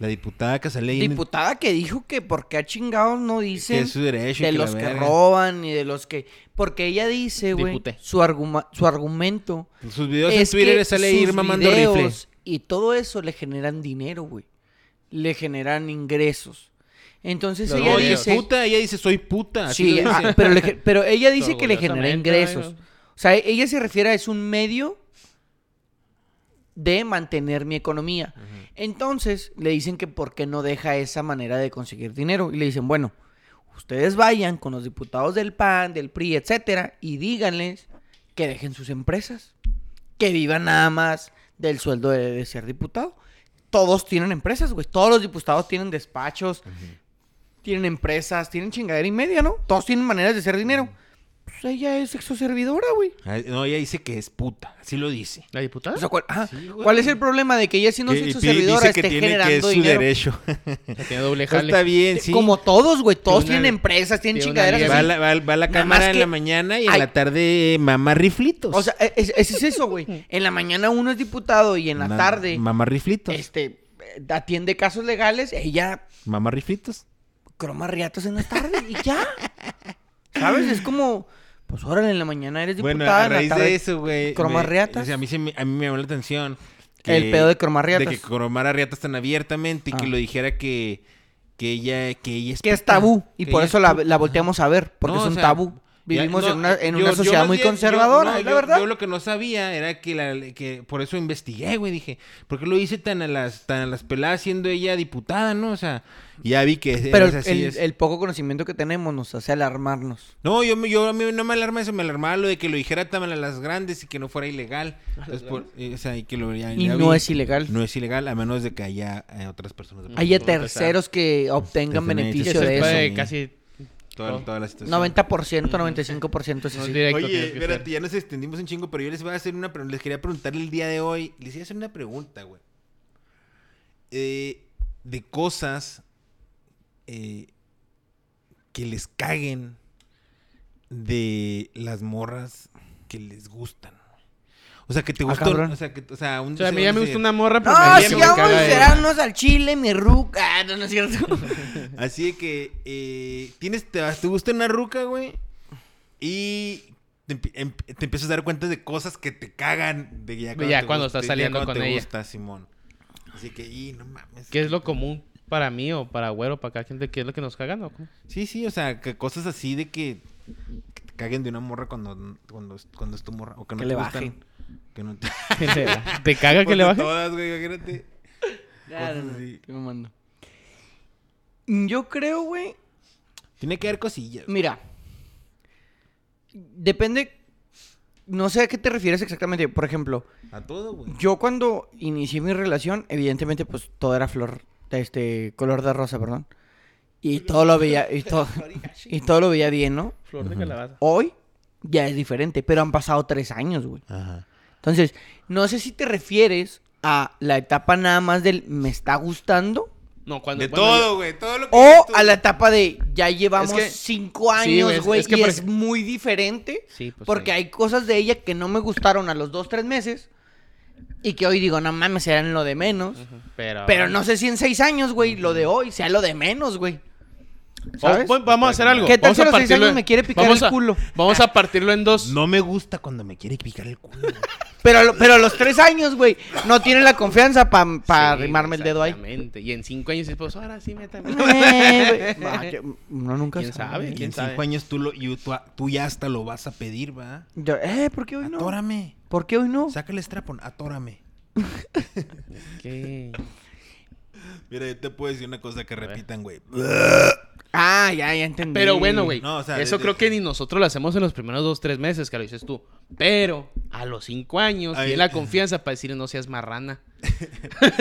La diputada que sale ahí en el-
Diputada que dijo que por qué a chingados no
que
dicen
es su derecho. y
de
la
los que
verga.
roban y de los que... Porque ella dice, güey,
Diputé.
su, arguma- su argumento
Sus videos
es
en Twitter
que
le sale ir
sus
mamando
videos
rifles.
Y todo eso le generan dinero, güey. Le generan ingresos. Entonces
No,
ella
ella es
dice...
puta, ella dice soy puta. así
Sí,
lo
ah,
dice.
pero, le ge- pero
<laughs>
ella dice que le genera
Orgullosamente,
ingresos.
¿no?
O sea, e- ella se refiere a es un medio de mantener mi economía. Entonces le dicen que por qué no deja esa manera de conseguir dinero. Y le dicen, bueno, ustedes vayan con los diputados del PAN, del PRI, etcétera, y díganles que dejen sus empresas, que vivan nada más del sueldo de, de ser diputado. Todos tienen empresas, güey. Todos los diputados tienen despachos, tienen empresas, tienen chingadera y media, ¿no? Todos tienen maneras de hacer dinero. Pues ella es sexoservidora, güey.
Ay, No, ella dice que es puta. Así lo dice.
¿La diputada?
O sea, ¿cuál, ajá,
Sí, güey.
¿cuál es el problema de que ella siendo
Que- y pi-
sexoservidora
dice que
esté
tiene que es
generando
su
dinero? <laughs>
derecho.
tiene doble
Está
jale.
bien, sí.
Como todos, güey. Todos
una-
tienen empresas, tienen
que una
chingaderas.
liebre.
Va a
así.
la, va- va a la
Nada
cámara
más
en
que-
la mañana y en
Ay.
la tarde mamá riflitos.
O sea, e, es- es- es eso, güey. En la mañana uno es diputado y en la
Na-
tarde
Mamá riflitos.
este, eh, atiende casos legales. Ella
Mamá riflitos.
croma riatos en la tarde y ya. ¿Sabes? Es como, pues órale, en la mañana eres
Bueno,
diputada,
a
en
raíz
la tarde...
de eso, güey.
cromar
me-
riatas.
o sea, a mí, se me, a mí me llamó la atención.
El pedo de cromar
De
riatas.
que cromara riatas tan abiertamente y que
Ah.
lo dijera que, que ella, que ella es
que es
puta,
tabú y
que
por
ella
eso
es
la,
puta.
la volteamos a ver, porque
No,
es
o
un
sea,
tabú.
ya,
Vivimos
no,
en una, en
yo-
una
yo
sociedad
más
muy
bien- yo-
conservadora,
no,
es la
yo-
verdad.
Yo lo que no sabía era que, la, que por eso investigué, güey. Dije, ¿por qué lo hice tan a las, tan a las peladas siendo ella diputada, no? O sea, ya vi que
Pero
es
el,
así. es.
el poco conocimiento que tenemos nos hace alarmarnos.
No, yo, me- yo a mí no me alarma eso, me alarmaba lo de que lo dijera tan a las grandes y que no fuera ilegal. Entonces, por- eh, o sea, y que lo ya-
Y
ya
no
vi.
es ilegal.
No es ilegal, a menos de que haya eh, otras personas. de-
Hay
no,
terceros que obtengan
Desde
beneficio
Netflix.
de
Eso es
eso.
sí.
casi
Toda, toda la situación.
90%, 95% es
no es
así.
directo.
Oye,
tienes que
espérate,
ser.
ya nos extendimos un chingo, pero yo les voy a hacer una pregunta. Les quería preguntar el día de hoy. Les iba a hacer una pregunta, güey. Eh, de cosas eh, que les caguen de las morras que les gustan. O sea, que te
Ah,
gustó.
cabrón.
o sea, que, o sea, un-
O sea, a mí ya me
un-
gusta una morra, pero
No,
me-
sí,
me
vamos
caga
sigamos
de-
serarnos al chile, mi ruca. Ah, no, no es cierto.
Así de que eh, tienes, te, te gusta una ruca, güey. Y te, empie- em- te empiezas a dar cuenta de cosas que te cagan de ya
De ya
te
cuando estás
de
saliendo
cuando
con
te
ella.
gusta, Simón. Así que, y no mames.
¿Qué es lo común para mí o para Güero, para cada gente? ¿Qué es lo que nos cagan
<laughs>
o cómo?
Sí, sí, o sea, que cosas así de que, que te caguen de una morra cuando, cuando, es- cuando es tu morra. O que no
Que
te
le
gustan.
baje.
Que
<laughs>
no te...
¿Te caga que
Pues
le
de
baje?
Todas, güey, imagínate.
<laughs> Ya,
Cosas
no, no,
así.
te mando. Yo creo, güey,
Tiene que haber cosillas.
Mira, depende. No sé a qué te refieres exactamente. Por ejemplo,
A todo, güey.
yo cuando inicié mi relación, evidentemente, pues todo era flor, este, color de rosa, perdón. Y todo lo veía, y todo, <laughs> y todo lo veía bien, ¿no?
Flor de calabaza.
Hoy ya es diferente, pero han pasado tres años, güey.
Ajá.
Entonces, no sé si te refieres a la etapa nada más del me está gustando
No, cuando...
De
bueno,
todo, güey. Todo lo que
o
dices tú,
a la etapa de ya llevamos
Es que-
cinco
Sí, güey,
años,
es-
güey,
es que
y
por
es
ej-
muy diferente.
Sí, pues,
porque
sí.
hay cosas de ella que no me gustaron a los dos, tres meses. Y que hoy digo, no mames, eran lo de menos.
Pero...
Pero no sé si en seis años, güey, lo de hoy sea lo de menos, güey.
O-
¿Sabes?
bueno, vamos a hacer algo.
¿Qué tal
Vamos
si
a
a los seis
partirlo
años
en-
me quiere picar
vamos
el
a-
culo?
Vamos a partirlo en dos.
No me gusta cuando me quiere picar el culo. güey.
Pero, a lo- pero a los tres años, güey, no tiene la confianza para
Sí,
arrimarme el dedo ahí.
Exactamente. Y en cinco años, pues, ahora
<laughs>
sí,
<laughs>
métame.
Eh, güey. Ah, que- No, nunca
¿Quién sabe?
Y
¿Quién
en cinco
sabe?
años tú, lo, y tú, tú ya hasta lo vas a pedir, ¿va?
Yo, eh, ¿por qué hoy no?
Atórame.
¿Por qué hoy no?
Sácale strapón, atórame.
¿Qué?
Mira, yo te puedo decir una cosa que repitan, güey.
Ah, ya, ya entendí.
Pero bueno, güey.
No, o sea,
eso
desde-
creo que ni nosotros lo hacemos en los primeros dos, tres meses, que lo dices tú. Pero a los cinco años
Ay.
tiene la confianza para decir no
<laughs>
seas marrana. <laughs>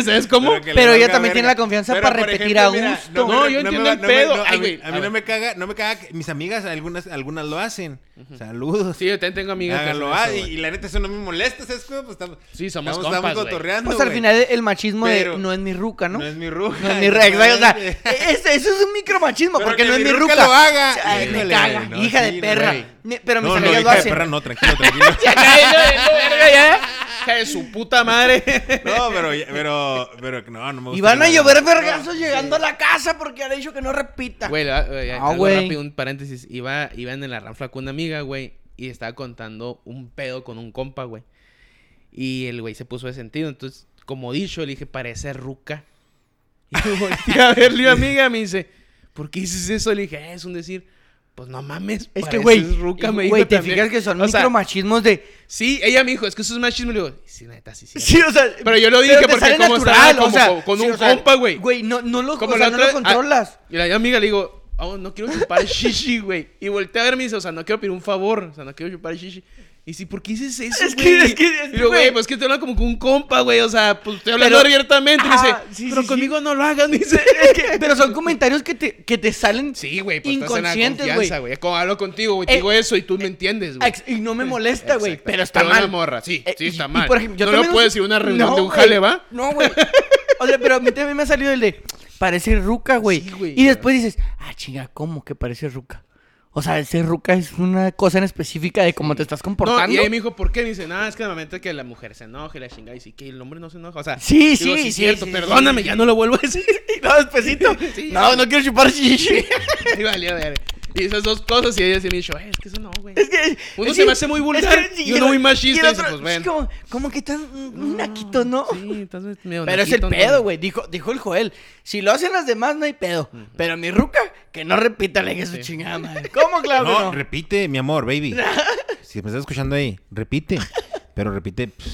¿Sabes cómo?
que le
Pero ella
valga
también tiene la confianza para
por
repetir a gusto.
me-
No, yo
me
entiendo
va-
el
me-
pedo.
no, a
Ay,
mí,
güey,
a
a
mí no
ver.
me caga, no me caga. que- Mis amigas, algunas, algunas lo hacen. Saludos.
Sí, yo también tengo amigas. que
Háganlo.
hacen
ah,
eso,
y,
güey.
y la neta, eso no me molesta, ¿sabes? cómo? Pues estamos,
Sí, somos
estamos,
compas,
estamos
güey.
cotorreando.
Pues al
güey.
final el machismo
Pero-
de no es mi ruca, ¿no?
No es mi ruja.
No es mi ruca, o
<laughs>
sea,
exactamente.
es- eso es un micromachismo,
Pero
porque
que
no es
mi
mi
ruca
ruca.
lo haga.
Ay, me
Híjole,
caga,
güey, no,
hija de
sí,
perra.
güey.
Ne- Pero mis
No, no,
<laughs> amigas lo
hija de
hacen. <laughs>
perra, no, tranquilo, tranquilo.
Ya, ya, ya, ya, ya, ya.
hija de su puta madre.
<laughs> No, pero, ya- pero, pero, no, no me gusta.
Y van a
nada.
llover vergazos llegando a la casa porque han dicho que no repita.
Güey, la- eh,
Ah,
algo
güey.
rápido, un paréntesis. Iba, iba en la ranfla con una amiga, güey, y estaba contando un pedo con un compa, güey. Y el güey se puso de sentido. Entonces, como dicho, le dije, parece ruca. <laughs> Y me volteé a
<laughs>
verle a mi amiga, me dice, ¿por qué dices eso? Le dije, "Eh, es un decir. Pues no mames,
Es que,
pareces
güey,
ruca, me dijo
güey, te
también.
fijas que son
O sea,
micromachismos de...
Sí, ella me dijo, es que eso es machismo. Le digo, sí, la neta,
<laughs>
sí, sí.
Sí, o sea...
Pero yo lo
pero
dije
te
porque
sale
como
natural, o
estaba, como
sea,
co- con
sí,
un
o sea,
compa, güey.
Güey, no, no lo,
Como
o sea, no
la otra
lo
vez-
controlas.
ah, y la amiga le digo, "Oh, no quiero chupar shishi, güey. Y volteé a verme y dice, o sea, no quiero pedir un favor. O sea, no quiero chupar shishi. Y si, ¿por qué dices eso,
Es que-
güey?
es que- es
Y
que,
digo,
güey.
güey, pues que te habla como con un compa, güey. O sea, pues estoy hablando
Pero-
abiertamente. Y me dice,
Ah, sí,
pero
sí,
conmigo no lo hagan. Dice,
Es que- pero son comentarios que te, que te salen
sí, güey, pues
inconscientes,
estás en la
güey.
confianza, güey. Es Como hablo contigo, güey,
Eh,
te digo eso y tú me entiendes, güey.
Ex- Y no me molesta, güey.
Exacto.
Pero está
Pero
mal.
una morra, sí,
Eh,
sí
y-
está
y
mal.
por ejemplo, yo
No lo
también
puedes ir a una reunión de un
güey.
jale, ¿va?
No, güey. O sea, pero a mí también me ha salido el de parece ruca, güey.
Sí, güey,
y
ya.
después dices, ah, chinga, ¿cómo que parece ruca? O sea, ser ruca es una cosa en específica de cómo te estás comportando.
No, y ahí me dijo, ¿por qué? Me dice, nada, es que normalmente que la mujer se enoja y la chingada. Y sí, que el hombre no se enoja. O sea,
Sí,
digo,
sí,
es
sí,
cierto,
sí,
perdóname, ya no lo vuelvo a
<laughs>
decir.
No, despacito.
<laughs> Sí.
no, no quiero chupar shishi.
y valió, ver. Y esas dos cosas, y ella se me dijo, "Eh, es que eso no, güey.
Es que.
<laughs> Uno
es
se
que-
me hace muy vulgar y
el-
uno muy machista,
y el
y dice,
otro-
pues,
es
bueno.
como, como que tan. Un naquito, ¿no?
Sí, entonces medio
Pero es el
naquito,
pedo,
entonces.
güey. Dijo, dijo el Joel. Si lo hacen las demás, no hay pedo. Pero mi ruca, que no repita, le dije su chingada madre.
<laughs>
¿Cómo, claro? que
No,
No,
repite, mi amor,
<laughs>
baby. Si me estás escuchando ahí, repite. Pero repite, pff,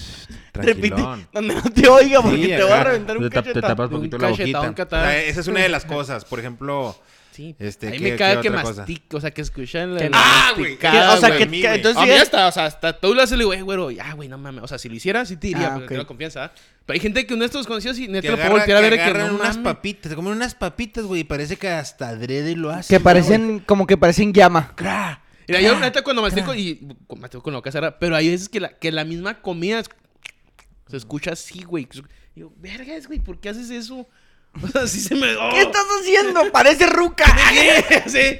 repite.
tranquilón.
Donde no te oiga, porque
Sí,
te va a
acá.
reventar
Te
un
tap- te
cachetón.
tapas
Un
poquito la
cachetón,
boquita.
O sea,
catá-
esa es una de las cosas. Por ejemplo,
Sí.
Este,
ahí
¿qué-
me
qué
caga que
otra cosa?
mastica, o sea, que escuchan
Que
la.
no-
Ah, güey.
Que-
masticada,
o sea,
güey.
que,
a mí,
que-
güey.
entonces
a mí
ya-
hasta, o sea, hasta tú lo haces y le digo, "Eh, güero, ya, güey, no mames. O sea, si lo hiciera, sí te diría,
Ah,
pero
ok.
tengo confianza. ¿ah? Pero hay gente que uno de estos conocidos y neta
Que
lo puedo
agarra-
voltear a ver
que
de que
agarran
no
unas
mames.
papitas, se comen unas papitas, güey, y parece que hasta adrede lo hacen.
que
¿no, güey?
parecen, como que parecen llama.
Cra.
Mira, yo neta cuando mastico y con- mastico con la boca cerrada, pero hay veces que la, que la misma comida es- se escucha así, güey. Digo, vergas, güey, ¿por qué haces eso? <laughs> O sea, así se me... ¡Oh!
¿Qué estás haciendo?
<laughs>
Parece ruca.
Sí.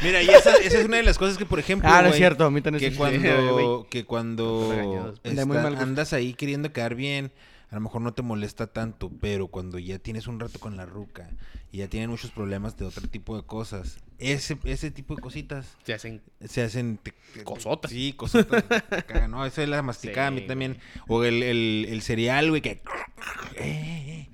Mira, y esa, esa es una de las cosas que, por ejemplo,
Ah, no es
güey,
cierto, a mí también
que
se me <laughs>
cuando, que
Regañados,
cuando
pues. De muy
está-
mal gusto.
andas ahí queriendo quedar bien, a lo mejor no te molesta tanto, pero cuando ya tienes un rato con la ruca y ya tienen muchos problemas de otro tipo de cosas, ese, ese tipo de cositas
Se hacen...
Pues,
se hacen te- te-
Cosotas.
Sí, cosotas.
<laughs>
te cagan, no, eso es la masticada a mí
Sí,
también. O el, el, el cereal, güey, que. Eh, eh, eh,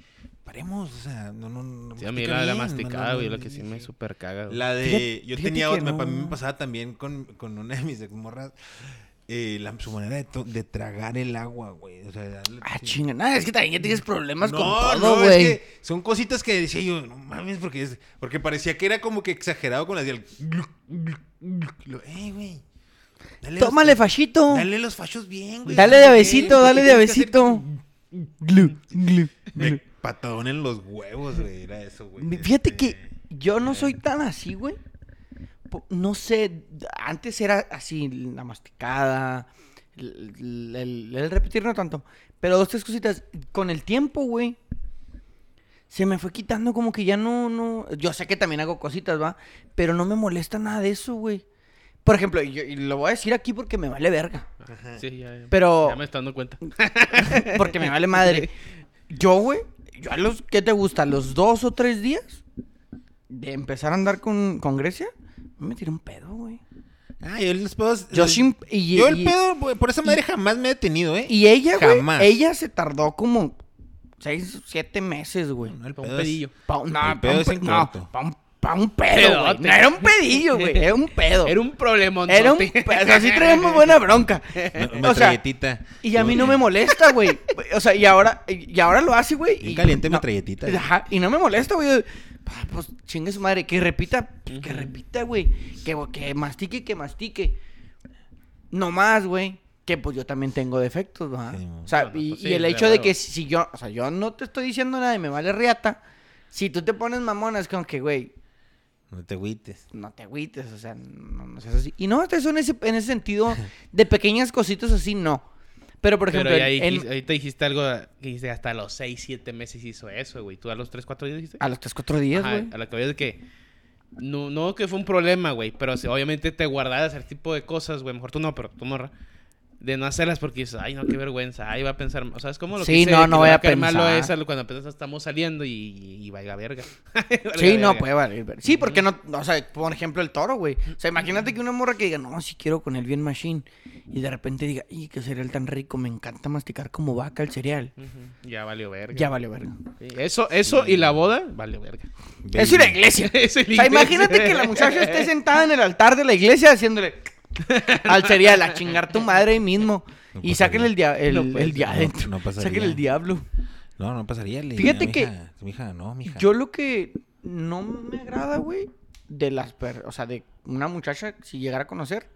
paremos, o sea, no, no. no
Sí, a mí
mastica
la, la
bien, no, no,
masticada,
no,
güey,
no,
la que sí me super caga. güey.
la de.
Fíjate-
yo
fíjate
tenía
que
otra. pa- A mí
no.
me pasaba también con, con una de mis exmorras. eh, la, su manera de, to- de tragar el agua, güey. O sea, darle-
Ah,
sí.
chinga. Nada, es que también ya tienes problemas
no,
con todo,
no,
güey.
es que son cositas que decía yo, no mames, porque, es- porque parecía que era como que exagerado con las del. Lo, "Ey, güey. dale los-
Tómale, fachito.
Dale los fachos bien, güey.
Dale de
¿Por qué?
avecito,
¿Por qué
dale de
tienes que hacer-
avecito. Glu, glu,
Me
glu.
patadón en los huevos, güey. Era eso, güey.
Fíjate
Este,
que yo no soy tan así, güey. Po- No sé, antes era así, la masticada, el, el- el repetir no tanto. Pero dos, tres cositas. Con el tiempo, güey, se me fue quitando como que ya no, no... Yo sé que también hago cositas, ¿va? Pero no me molesta nada de eso, güey. Por ejemplo, y yo- y lo voy a decir aquí porque me vale verga.
Sí, ya, ya.
Pero-
Ya me está dando cuenta.
Porque me vale madre. Yo, güey, yo a los, ¿qué te gusta? ¿Los dos o tres días de empezar a andar con, con Grecia? Me tiré un pedo, güey.
Ah, yo los pedos.
Yo
los-
sin- y-
yo
y-
el pedo, güey, por esa madre jamás me he detenido, ¿eh?
Y ella, güey,
Jamás.
ella se tardó como seis, siete meses, güey.
No, el
Un
pedo es-
pedillo.
Pa' un-
El
No,
pedo
pa' un
es
pe-
en
no,
corto.
pa' un- pa' un pedo, güey.
Pedote.
No era un pedillo, güey. Era un pedo.
Era un problema.
Era un pedo. O sea, sí traíamos buena bronca.
Una-
o
Una
sea,
metralletita.
y a mí no me molesta, güey. O sea, y ahora, y ahora lo hace, güey.
Bien
y-
caliente
no.
metralletita.
Ajá, y no me molesta, güey. Ah, Pues chingue su madre, que repita, pues, que repita, güey. Que, que mastique, que mastique. No más, güey. Que pues yo también tengo defectos, ¿verdad?
Sí, mo.
o sea,
Bueno,
y,
pues,
y
sí,
el
de
hecho de
huevo.
que si, si yo, o sea, yo no te estoy diciendo nada y me vale riata. Si tú te pones mamona, es como que, güey,
No te agüites.
no te agüites, o sea, no, no seas así. Y no, eso en ese, en ese
<laughs>
sentido, de pequeñas cositas así, no. Pero por ejemplo,
Pero ya
en- en-
dijiste- ahorita dijiste algo que dijiste hasta los 6, 7 meses hizo eso, güey. ¿Tú a los 3, 4 días dijiste?
a los 3, 4 días,
Ajá,
güey.
a la que voy es que no, no que fue un problema, güey, pero si obviamente te guardabas ese tipo de cosas, güey, mejor tú no, pero tú morra. de no hacerlas porque dices, ay, no, qué vergüenza, ahí va a pensar, o sea, es como lo
Sí,
que
no,
que
no
le
voy
va
a
caer malo
pensar.
esa cuando apenas estamos saliendo y, y valga verga. <laughs>
Sí, no, pues. puede valer. ver- Sí, porque no, o sea, por ejemplo, el toro, güey. O sea, imagínate que una morra que diga, no, si quiero con el bien machine. Y de repente diga, y qué cereal tan rico, me encanta masticar como vaca el cereal.
Ujú, Ya valió verga.
Ya vale, verga.
Sí, Eso, eso y la boda, valió verga.
Es una iglesia.
Es el
O sea,
inglés.
imagínate que la muchacha esté sentada en el altar de la iglesia haciéndole al cereal, a chingar tu madre ahí mismo.
No
y
pasaría.
saquen el, dia el,
No puede
el
ser.
dia-
No,
adentro.
no pasaría.
Saquen el diablo.
No, no pasaría. Le
Fíjate
diría,
que-
"Mija, mija, no, mija.
Yo lo que no me agrada, güey, de las per... O sea, de una muchacha, si llegara a conocer,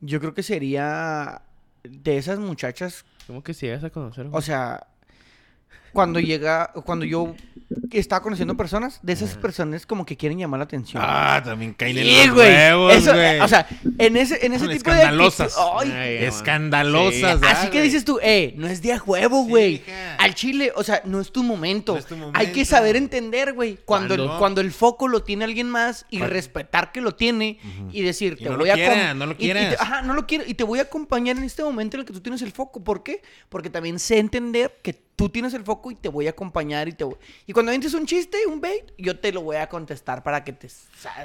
yo creo que sería de esas muchachas,
¿Cómo que si llegas a conocer?
o
güey?
sea, cuando llega, cuando yo estaba conociendo personas, de esas personas como que quieren llamar la atención.
Ah, también caen en
Sí,
los
güey.
huevos,
Eso,
güey.
O sea, en ese, en ese
Son
tipo de...
escandalosas.
actitud- Ay,
Ay, güey.
Escandalosas. ah,
Así que
güey.
dices tú, eh, no es de a huevo, güey.
hija.
Al chile, o sea, no es tu momento.
No es tu
Hay que
momento.
saber entender, güey, cuando, el,
¿Cuándo?
cuando el foco lo tiene alguien más y
Cuando-
respetar que lo tiene y decir,
Y
te
no lo
voy a... acom-
quieras, no lo
y- y te-
quieras.
ajá, no lo quiero. Y te voy a acompañar en este momento en el que tú tienes el foco. ¿Por qué? Porque también sé entender que tú tienes el foco y te voy a acompañar y te voy... Y cuando entres un chiste, un bait, yo te lo voy a contestar para que te...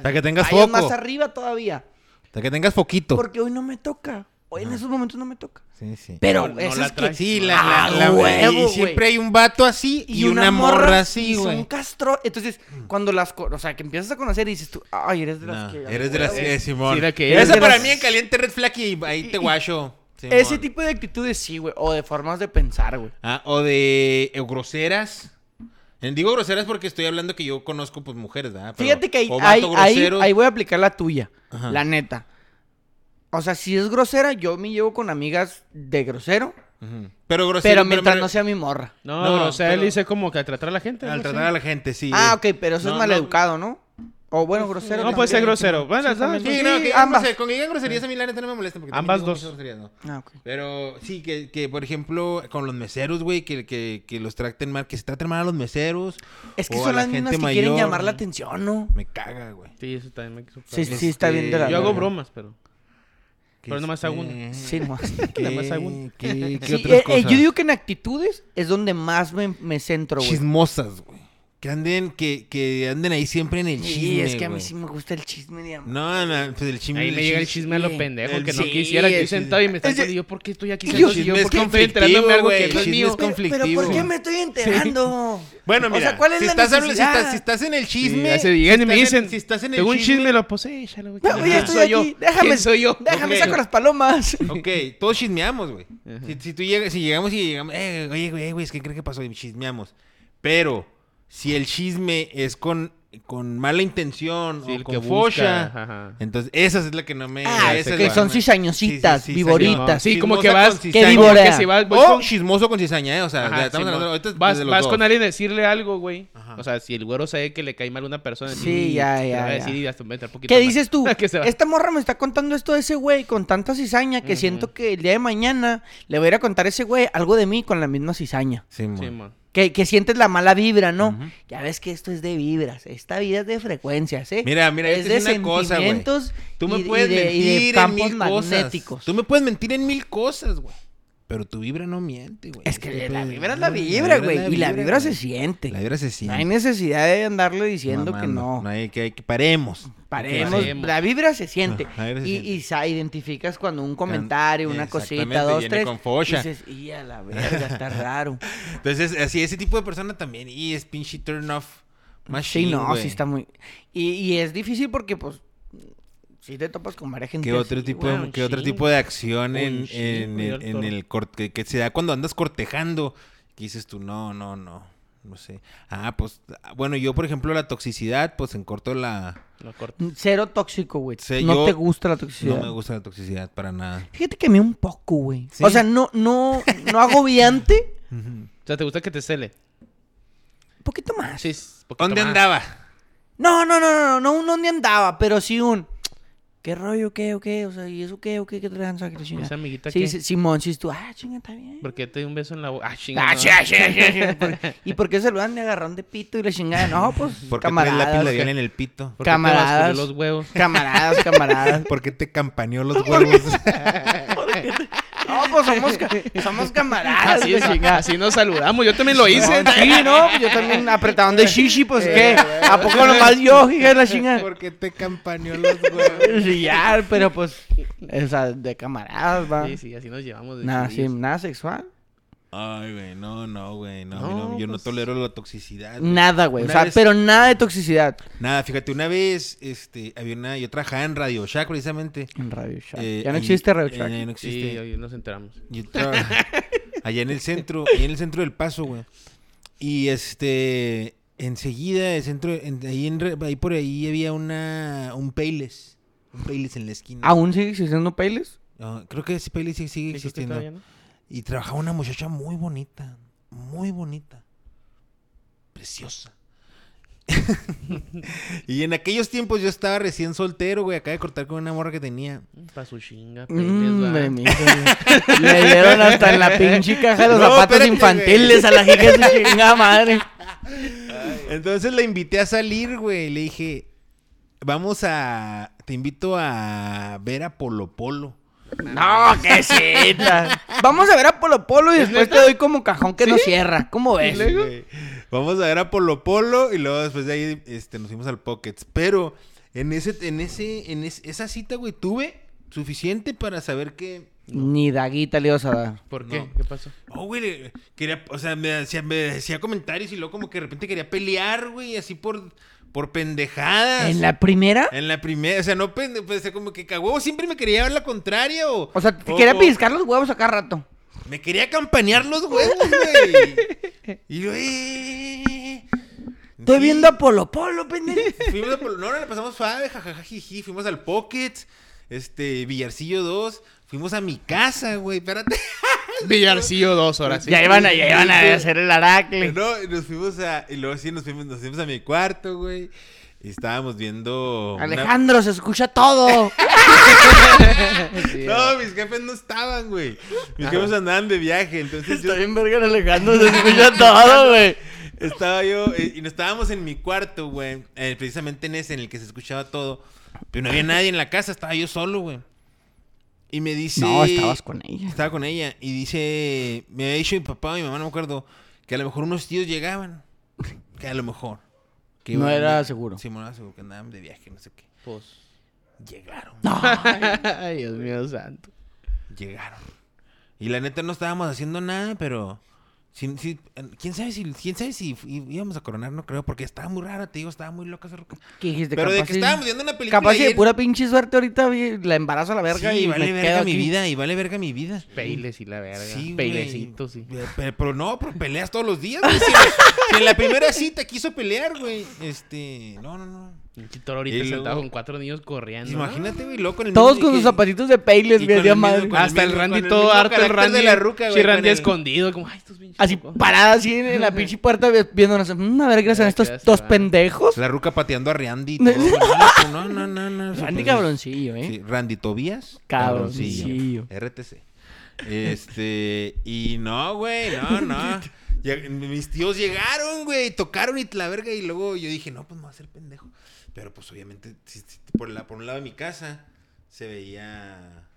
Para que tengas
vayas
foco.
más arriba todavía.
Hasta que tengas foquito.
Porque hoy no me toca. Hoy en esos momentos no me toca.
Sí, sí.
Pero
No, no
esas
la
que-
traes.
Sí, la, la-
Ah,
la-
huevo,
y- y
güey.
siempre hay un vato así y, una, morra, así,
y
güey.
Son castro. Entonces,
Mm.
cuando las. co- O sea, que empiezas a conocer y dices tú, ay, eres de las
No,
que.
eres de las
huevo".
que, Simón.
Sí, la que
eres
Esa
de
para
las-
mí en caliente red flag y ahí te guacho. Simón.
Ese tipo de actitudes sí, güey. O de formas de pensar, güey.
Ah, o de eh, groseras. Eh, Digo groseras porque estoy hablando que yo conozco pues mujeres, ¿verdad? Pero-
Fíjate que ahí,
o vato
ahí, ahí,
grosero.
ahí voy a aplicar la tuya.
Ajá.
La neta. O sea, si es grosera, yo me llevo con amigas de grosero.
Ujú. Pero grosero.
pero mientras
me-
no sea mi morra.
No,
No,
pero, o sea,
pero-
él dice como que al tratar a la gente.
Al
no sé.
tratar a la gente, sí.
ah,
eh.
ok, pero eso
No,
es
no.
maleducado, ¿no? O bueno, grosero.
Pues No puede ser
también.
grosero. Bueno,
Sí,
las dos,
también.
Sí, no, que digan
ambas.
grosero- con que digan groserías a mí la neta no me molesta. Porque
Ambas
también
dos.
digo muchas groserías, ¿no?
Ah, ok.
Pero sí, que, que, por ejemplo, con los meseros, güey, que, que, que los traten mal, que se traten mal a los meseros.
Es que
o a
son
la
las mismas que
gente
quieren
mayor,
llamar la
¿no?
atención, ¿no?
Me caga, güey.
Sí, eso también me quiso.
Sí, sí, está bien de la
Yo hago
verga.
bromas, pero.
Que
Pero nomás
este,
hago una.
<laughs>
Sí, no.
¿Qué,
<laughs> Nomás hago una.
qué- qué
Sí,
otras
eh, eh,
cosas?
yo digo que en actitudes es donde más me, me centro, güey.
Chismosas, güey. Que anden, que, que anden ahí siempre en el chisme,
Sí, es que a mí
güey.
sí me gusta el chisme, digamos.
No, no, pues el chisme...
Ahí me llega el chisme a lo
sí.
pendejo
El
que no
sí,
quisiera que
el
sentado y me está
Es de-
diciendo yo por qué estoy aquí
El
sentado? y
chisme
yo
es
por qué estoy enterándome
conflictivo,
de algo
güey,
que
el
no es
chisme
mío.
es
Pero, pero ¿por
conflictivo.
qué me estoy enterando?
Bueno, mira,
O sea, ¿cuál es
si,
la
estás hablando- si,
necesidad?
estás, si estás en el chisme...
Sí, ya se
si
llegan y me
estás en-
dicen,
si estás en el
Tengo un
chisme...
chisme, lo posee, échalo, güey.
No,
¿Quién
ya
Ajá.
estoy
soy
aquí.
yo?
Déjame,
¿Quién soy yo?
Déjame
Ok.
saco las palomas.
Ok, todos chismeamos, güey.
Ajá.
Si, si tú llegas, si llegamos y llegamos, eh, oye, güey, güey, es que creo que pasó y chismeamos. Pero si el chisme es con, con mala intención
Sí,
o
el
con
que
focha,
busca, ajá.
entonces esa es la que no me.
Ah,
esa es
que
la
son
me-
cizañositas, viboritas.
Sí, como que
Chismosa
vas-
con
que
cizaña.
vivorea.
Porque si vas, voy
O
con-
chismoso con cizaña, eh, o sea,
Ajá,
ya estamos
Simón.
hablando ahorita
vas,
de los
vas
dos.
con alguien a decirle algo, güey.
Ajá.
O sea, si el güero sabe que le cae mal a una persona,
Sí,
sí,
ya,
te
ya,
va a
ya.
decir y hasta me entra un poquito
¿Qué
mal.
dices
<laughs>
tú?
Que se va.
Esta morra me está contando esto de ese güey con tanta cizaña que siento que el día de mañana le voy a ir a contar a ese güey algo de mí con la misma cizaña.
Simón.
Sí, man.
Que, que sientes la mala vibra, ¿no? Ya ves que esto es de vibras. Esta vida es de frecuencias, ¿eh?
Mira, mira,
es
yo te
de
digo una cosa, güey.
sentimientos
Tú me
y- y
puedes
de- y de
mentir en
campos
mil cosas.
magnéticos.
Tú me puedes mentir en mil cosas, güey. Pero tu vibra no miente, güey.
Es que
Este
la
pedo-
vibra es la
la
vibra,
es
güey. Y la vibra se
güey.
siente.
La vibra se siente.
No hay necesidad de andarle diciendo que
Mamando.
no.
hay que, hay que paremos.
Paremos,
Paremos.
la vibra se siente.
Ah, la vibra se
y
siente.
y sa- identificas cuando un comentario, una cosita,
Exactamente,
dos,
viene
tres.
con focha.
Y dices, y a la verga,
<laughs>
está raro.
Entonces, así, ese tipo de persona también. Y es pinche turn off. Machine,
Sí, no,
güey.
sí está muy. Y, y es difícil porque, pues, si te topas con varias gente.
¿Qué otro,
así,
tipo,
güey.
güey, un
¿qué otro
chingo.
tipo de acción en,
Un chingo,
en el,
yo al
en el cor- que, que se da cuando andas cortejando? Que dices tú, no, no, no, no sé. Ah, pues, ah, bueno, yo, por ejemplo, la toxicidad, pues en corto la...
Lo corto.
Cero tóxico, güey.
Sí, ¿eh?
no
yo-
te gusta la toxicidad.
No me gusta la toxicidad para nada.
Fíjate que a mí un poco, güey.
¿Sí?
O sea, no, no,
<laughs>
no agobiante,
O sea, ¿te gusta que te cele?
un poquito más.
Sí, es poquito
¿Dónde
más.
andaba?
No, no, no, no, no, no, un dónde andaba, pero sí un. ¿Qué rollo, qué, o qué? O sea, ¿y eso qué, o qué, qué tranza, qué chingada?
Esa
Pues,
amiguita
Sí,
que...
sí, Simón, sí, tú, ah, chinga, está bien.
Porque te dio un beso en la boca. Ah, chingada.
Ah, sí, <laughs> sí, sí, sí. ¿Por- ¿Y por qué se lo dan de agarrón de pito y la chingada? No, pues,
¿Por qué traes lápiz
camaradas.
labial en el <laughs> pito?
¿Por qué te
Camaradas.
basculó los
<laughs>
huevos?
<laughs>
Camaradas, camaradas.
¿Por qué te campaneó los huevos?
No, pues somos, ca- somos camaradas.
Así,
güey.
sí, así nos saludamos. Yo también lo hice.
No,
<laughs>
sí, no, pues yo también apretadón de shishi, pues qué. ¿A poco nomás yo, hija de la chingada?
Porque te campaneó los huevos.
<laughs> Sí, ya, pero pues, o sea, de camaradas, va.
Sí, sí, así nos llevamos. de
Nada, sí,
chiquillos.
nada sexual.
Ay, güey, no, no, güey, no, a mí no,
No,
yo no
pues-
tolero la toxicidad. güey.
Nada, güey. O
Una
sea,
vez-
pero nada de toxicidad.
Nada, fíjate, una vez, este, había una, yo trabajaba en Radio Shack precisamente.
En Radio Shack.
Eh,
ya no
ahí-
existe Radio
eh,
Shack.
ya no existe.
Sí, hoy nos enteramos.
Yo trabajaba
<laughs>
allá en el centro, allá en el centro del Paso, güey. Y este, enseguida, el centro, en- ahí, en re- ahí por ahí había una, un Payless. Un Payless en la esquina.
¿Aún sigue existiendo Payles?
No, creo que ese Payless sigue, sigue
¿Existe
existiendo.
todavía, no?
Y trabajaba una muchacha muy bonita, muy bonita, preciosa. <laughs> y en aquellos tiempos yo estaba recién soltero, güey, acabé de cortar con una morra que tenía.
Mm, Pa' su chinga, peles, va.
Mm, Hombre, mi hijo, güey. Le dieron hasta en la pinche caja de los
No,
zapatos
espérate,
infantiles a la hija de su chingada madre.
Entonces la invité a salir, güey, y le dije, vamos a, te invito a ver a Polo Polo.
No, qué cita. Vamos a ver a Polo Polo y después te doy como cajón que no cierra. ¿Cómo ves?
Güey, Vamos a ver a Polo Polo y luego después de ahí este, nos fuimos al Pockets. Pero en, ese, en, ese, en es- esa cita, güey, tuve suficiente para saber que...
Ni daguita le ibas a dar.
¿Por qué?
No.
¿Qué pasó?
Oh, güey, le- quería, o sea, me hacía, me decía comentarios y luego como que de repente quería pelear, güey, así por, por pendejadas.
¿En la primera?
En la primera, o sea, no pende, pues, o sea, como que cagó, siempre me quería llevar la contraria o...
O sea, te quería
o-
piscar los huevos a cada rato.
Me quería campanear los huevos, güey. y yo, eh...
Estoy
sí.
viendo a Polo Polo, <laughs> pendejo.
Fuimos a Polo- No, no, la pasamos suave, jajaja, jiji. Fuimos al Pocket, este, Villarcillo 2. Fuimos a mi casa, güey, espérate.
Villarcillo dos horas.
Ya iban a, ya iban a hacer el aracle.
No, y nos fuimos a. Y luego sí, nos fuimos, nos fuimos a mi cuarto, güey. Y estábamos viendo. una-
Alejandro, se escucha <laughs> todo.
No, mis jefes no estaban, güey. Mis jefes andaban de viaje, entonces yo
bien verga Alejandro, se escucha todo, güey.
estaba yo. eh, Y nos estábamos en mi cuarto, güey. eh, precisamente en ese, en el que se escuchaba todo. Pero no había nadie en la casa, estaba yo solo, güey. Y me dice.
No, estabas con ella.
Estaba con ella y dice, me había dicho mi papá o mi mamá, no me acuerdo, que a lo mejor unos tíos llegaban. Que a lo mejor. Que
No
iban-
era seguro.
Sí, no era seguro, que andaban de viaje, no sé qué. Llegaron,
No.
pues. <laughs> Ay, Dios mío santo.
llegaron. Y la neta no estábamos haciendo nada, pero... sí- sí, ¿Quién sabe si quién sabe si f- í- íbamos a coronar? No creo, porque estaba muy rara, te digo, estaba muy loca esa ruca.
¿Qué dijiste?
Pero de
Capaz
que
y-
estábamos viendo una película
Capaz y de
ayer-
pura pinche suerte ahorita vi- la embarazo a la verga
Sí,
y
vale
me
verga
quedo
mi
aquí.
vida, y vale verga mi vida.
Peiles y la verga.
Sí, güey.
Peilecitos, sí.
Pe- Pero, no, pero peleas todos los días, güey. Si, en- si en la primera cita quiso pelear, güey. Este, no, no, no.
Un chitor ahorita
Y luego-
sentado con cuatro niños corriendo. ¿no?
Imagínate, güey, loco en el
Todos
mismo-
con
que-
sus zapatitos de peiles,
y
güey,
con
ya
el mismo-
madre.
con
Hasta el
mismo-
Randy
con el
todo
mismo
harto, el
carácter
Randy.
de la ruca,
Sí,
güey.
Randy
con el-
escondido, como, ay, estos pinches.
Así
locos".
parada así en la pinche puerta vi- viéndonos. "Mm, Una verga son
Ya
estos
quedaste,
dos
va.
pendejos.
La ruca pateando a Randy. y todo, güey, loco, no, no, no, no.
Randy
super-
cabroncillo, ¿eh?
Sí, Randy Tobías.
Cabroncillo.
RTC. Este, y no, güey,
<laughs>
no, no. Lleg- Mis tíos llegaron, güey, tocaron y la verga. Y luego yo dije, no, pues me voy a hacer pendejo. Pero pues obviamente, si- si- por, la, por un lado de mi casa, se veía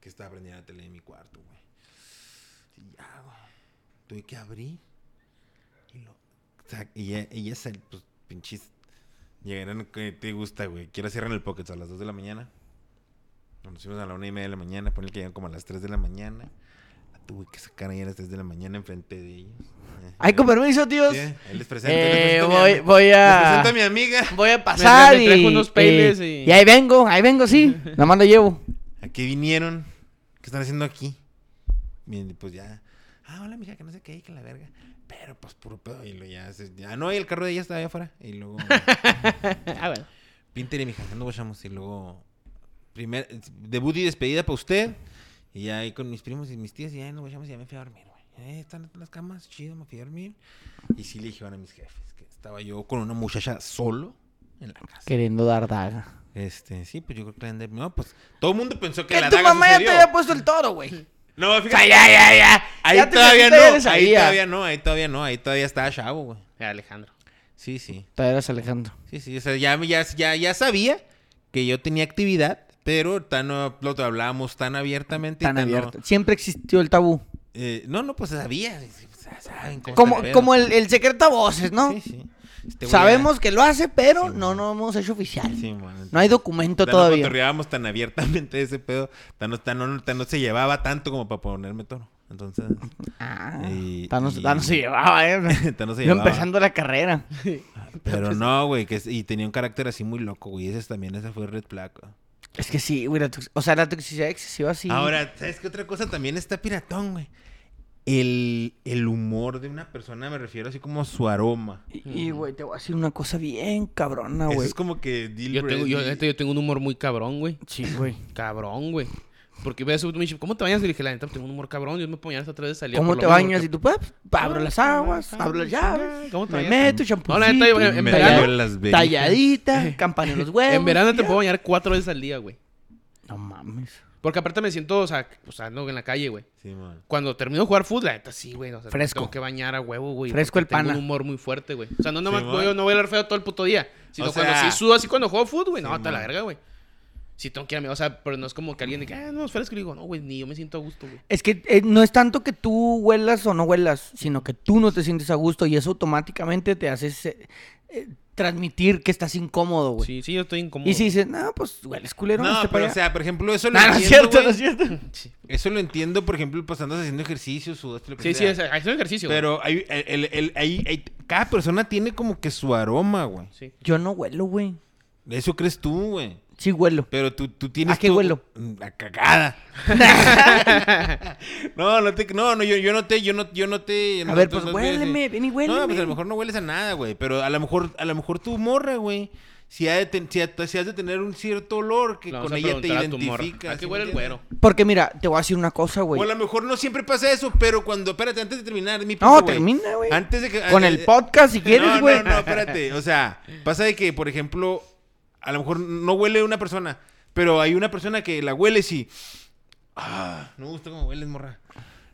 que estaba prendida la tele en mi cuarto, güey. Y ya, güey. Tuve que abrir. Y, lo, sa- y ya, y ya sal- pues, pinches. Llegaron, ¿qué te gusta, güey? Quiero cierran el Pockets a las 2 de la mañana. Nos fuimos a la una y media de la mañana, ponen que llegan como a las 3 de la mañana. La tuve que sacar ahí a las 3 de la mañana enfrente de ellos. Eh,
Ay, con permiso, tíos.
sí, ahí les presento,
Eh,
les presento a mi
voy-
ami-
voy a-
Les presento a mi amiga.
Voy a pasar
me trajo
y,
unos peiles
eh,
y-
ahí vengo, ahí vengo, sí. Nada más lo llevo.
¿A qué vinieron? ¿Qué están haciendo aquí? Bien, pues ya. Ah, hola, mija, que no sé qué, que la verga. Pero pues puro pedo. Y lo ya. se- Ah, no, y el carro de ella estaba allá afuera. Y luego.
<laughs> Ah, bueno.
Píntele, mija, que no guachamos. Y luego. Primer, debut y despedida para usted. Y ya ahí con mis primos y mis tías. Y ya nos guachamos y ya me fui a dormir, güey. Eh, están las camas, chido, me fui a dormir. Y sí le dijeron a mis jefes que estaba yo con una muchacha solo en la casa.
Queriendo dar daga.
Este, sí, pues yo creo que la han de- No, pues todo el mundo pensó que,
Que
la
tu
daga
mamá ya te
sucedió.
había puesto el toro, güey.
No,
O
fíjate.
sea, ya, ya, ya.
Ahí
Ya te-
todavía
ya te- ya le
no, ahí
sabía.
todavía no, ahí todavía no, ahí todavía estaba chavo, güey.
Ya, Alejandro.
Sí, sí,
Todavía eras Alejandro.
sí, sí, o sea, ya, ya, ya, ya sabía que yo tenía actividad, entero, tan ah, lo hablábamos tan abiertamente. y
tan
tan, ah,
abierta. Siempre existió el tabú.
eh, no, no, pues sabía. sa- Saben cómo
Como,
está el pedo.
como el, el secreto a voces, ¿no?
Sí, sí. Este güey
Sabemos que lo hace, pero
Sí,
no
güey.
lo hemos hecho oficial.
ya- Sí, bueno,
No hay documento
tan No
todavía.
cotorreábamos tan abiertamente ese pedo. Tan, no- tan no, tan no se llevaba tanto como para ponerme tono. Entonces.
Ah,
Y-
tan no se-
y-
tan no se llevaba, eh.
tan no <laughs> se
Yo
llevaba.
empezando pues la carrera.
Pero no, güey. que es- Y tenía un carácter así muy loco, güey. Ese es también, ese fue Red Flag. güey.
Es que sí, güey. la tox- O sea, la toxicidad excesiva sí.
Ahora, ¿sabes qué otra cosa también está piratón, güey? El, el humor de una persona, me refiero así como a su aroma.
Y, y, güey, te voy a decir una cosa bien cabrona,
Eso
Ah, güey.
es como que deal
Yo tengo, yo,
breaker.
neta, yo tengo un humor muy cabrón, güey.
Sí, güey.
Cabrón, güey. Porque voy a subir, me dice, ¿cómo te bañas? Y dije, la neta, tengo un humor cabrón. Yo me ponía hasta tres de salida.
¿Cómo
por lo Ah,
te
menos,
bañas? Y
porque-
tú, pap, abro las aguas, abro las llaves.
ah, ¿Cómo te
Me
bañas?
meto, champú.
No, la neta, yo- en
Me
verano-
dio las venas.
<laughs>
Talladita, campana en los huevos.
En verano te
ya.
puedo bañar cuatro veces al día, güey.
No mames.
Porque aparte me siento, o sea, o sea, ando en la calle, güey.
Sí, man.
Cuando termino de jugar fútbol, la neta sí, güey. O sea,
Fresco.
Tengo que bañar a huevo, güey.
Fresco
porque
el
tengo
pana.
un humor muy fuerte, güey. O sea, no, no,
Simón.
voy, no voy a hablar feo todo el puto día. Sino
O
cuando
sea-
sí sudo así cuando juego fútbol, güey. No, hasta la
Simón.
verga, güey. Si tengo que ir a mi... O sea, pero no es como que alguien diga, ah, no, es fresco. Y digo, no, güey, ni yo me siento a gusto, güey.
Es que eh, no es tanto que tú huelas o no huelas, sino que tú no te sientes a gusto y eso automáticamente te hace se- eh, transmitir que estás incómodo, güey.
Sí, sí, yo estoy incómodo.
y
<laughs>
si dices, no, pues hueles culero.
No,
hazte
pero
para
o
allá".
sea, por ejemplo, eso lo
<laughs> No, no es
entiendo.
cierto,
güey.
no es cierto.
Eso lo entiendo, por ejemplo, pasando haciendo ejercicio, sudaste lo que
Sí, sí,
sea.
es, es un ejercicio, güey.
Pero hay, el, el- el- hay- hay- cada persona tiene como que su aroma, güey.
Sí.
Yo no huelo, güey.
Eso crees tú, güey.
Sí huelo.
Pero tú, tú tienes.
¿A qué
tu-
huelo?
Mm, A
<laughs>
cagada. no, no te, no, no, yo, yo no te, yo no, yo no te.
A
no
ver,
te-
pues
no te voy a decir.
huéleme, ven y huéleme.
No, pues a lo mejor no hueles a nada, güey. Pero a lo mejor, a lo mejor tu morra, güey. Si, ha de ten- si, ha- si has de tener un cierto olor que
Le vamos
con
a
ella te
preguntar a tu morra,
identifica.
¿A qué
¿sí me
huele el
entiendes?
güero?
Porque mira, te voy a decir una cosa, güey.
O a lo mejor no siempre pasa eso, pero cuando, espérate, antes de terminar, mi
No,
punto, güey.
termina, güey.
Antes de que.
Con
eh,
el
eh,
podcast,
<laughs>
si quieres,
no,
güey.
No, no, espérate. O sea, pasa de que, por ejemplo, a lo mejor no huele una persona, pero hay una persona que la huele y. Ah, no me gusta cómo hueles, morra.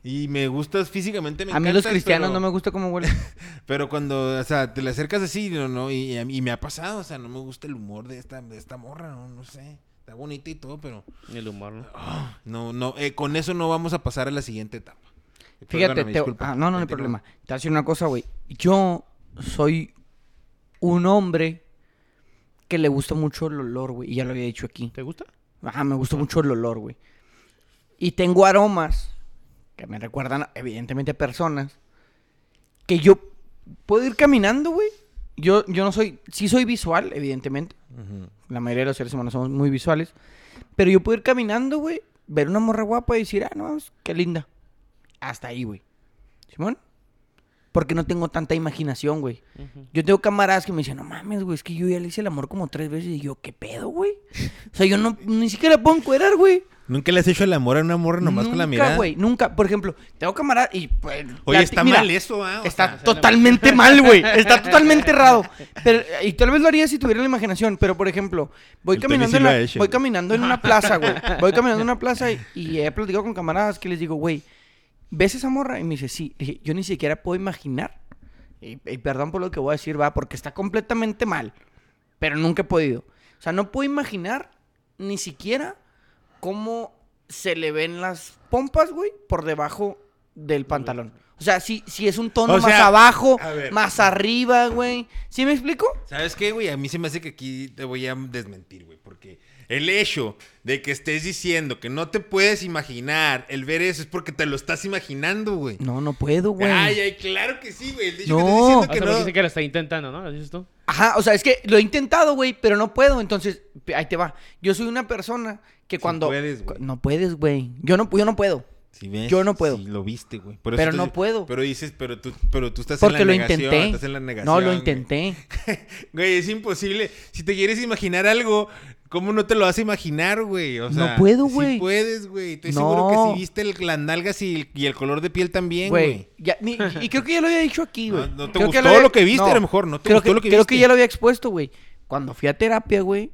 Y me gustas físicamente, me
a mí los
encantas,
cristianos
pero-
no me gusta cómo
<laughs>
huelen.
Pero cuando, o sea, te le acercas así, no, no, y, y a mí- y me ha pasado, o sea, no me gusta el humor de esta, de esta morra, no, no sé. Está bonita y todo, pero.
El humor, ¿no?
ah, no, no, eh, con eso no vamos a pasar a la siguiente etapa.
Fíjate,
Perdóname,
te-
disculpa.
ah, no, no, no hay
Continúa.
problema. Te voy a decir una cosa, güey. Yo soy un hombre que le gusta mucho el olor, güey. Y ya lo había dicho aquí.
¿Te gusta?
Ah,
Ajá, me gusta mucho el olor, güey. Y tengo aromas que me recuerdan, evidentemente, a personas que yo puedo ir caminando, güey. Yo, yo no soy, sí soy visual, evidentemente.
Ujú.
La mayoría de los seres humanos somos muy visuales. Pero yo puedo ir caminando, güey, ver una morra guapa y decir, ah, no, mames, qué linda. Hasta ahí, güey. ¿Simón? Porque no tengo tanta imaginación, güey. Yo tengo camaradas que me dicen, no mames, güey, es que yo ya le hice el amor como tres veces. Y yo, ¿qué pedo, güey? O sea, yo no, ni siquiera puedo encuerar, güey.
Nunca le has hecho el amor a una morra nomás con la mirada.
Nunca, güey, nunca. Por ejemplo, tengo camaradas y, pues...
Oye,
plati-
está
mira,
mal eso, ¿ah? O
Está
sea,
totalmente mal, güey.
<laughs>
Está totalmente errado. Pero, y tal vez lo haría si tuviera la imaginación. Pero, por ejemplo, voy
El
caminando,
Tony sí
en,
lo
la-
ha hecho,
voy
güey.
caminando en una
<laughs>
plaza, güey. Voy caminando en una plaza y, y he platicado con camaradas que les digo, güey, ¿ves esa morra? Y me dice, sí. Le dije, yo ni siquiera puedo imaginar. Y, y perdón por lo que voy a decir, va, porque está completamente mal. Pero nunca he podido. O sea, no puedo imaginar ni siquiera cómo se le ven las pompas, güey, por debajo del pantalón. O sea, si, si es un tono
O
más
sea,
abajo,
a ver.
más arriba, güey. ¿Sí me explico?
¿Sabes qué, güey? A mí se me hace que aquí te voy a desmentir, güey. Porque el hecho de que estés diciendo que no te puedes imaginar el ver eso es porque te lo estás imaginando, güey.
No, no puedo, güey.
Ay, ay, claro que sí, güey. El hecho
No.
Ah,
que estés
O sea, porque
diciendo que
dice
no.
que lo está intentando, ¿no? ¿Lo dices tú?
Ajá, o sea, es que lo he intentado, güey, pero no puedo. Entonces, p- ahí te va. Yo soy una persona que cuando...
puedes, güey.
No puedes, güey. Yo no, yo no puedo.
Sí, ves,
Yo no puedo.
sí, lo viste, güey. Por
Pero
tú-
no puedo.
Pero dices, pero tú, pero tú estás
Porque
en
lo
la negación.
intenté.
Estás en la negación.
no, lo
güey.
intenté.
Güey, es imposible. Si te quieres imaginar algo, ¿cómo no te lo vas a imaginar, güey? O
No
sea,
puedo,
sí
güey.
puedes, güey. Estoy
No.
seguro que si viste el, las nalgas y el, y el color de piel también, güey.
ya- ni- y creo que ya lo había dicho
<laughs>
aquí,
No,
güey.
no te
Creo ya
gustó
había-
lo que viste, a lo mejor, no te
creo
gustó
que,
lo que
Creo que
viste.
ya lo había expuesto, güey. Cuando fui a terapia, güey,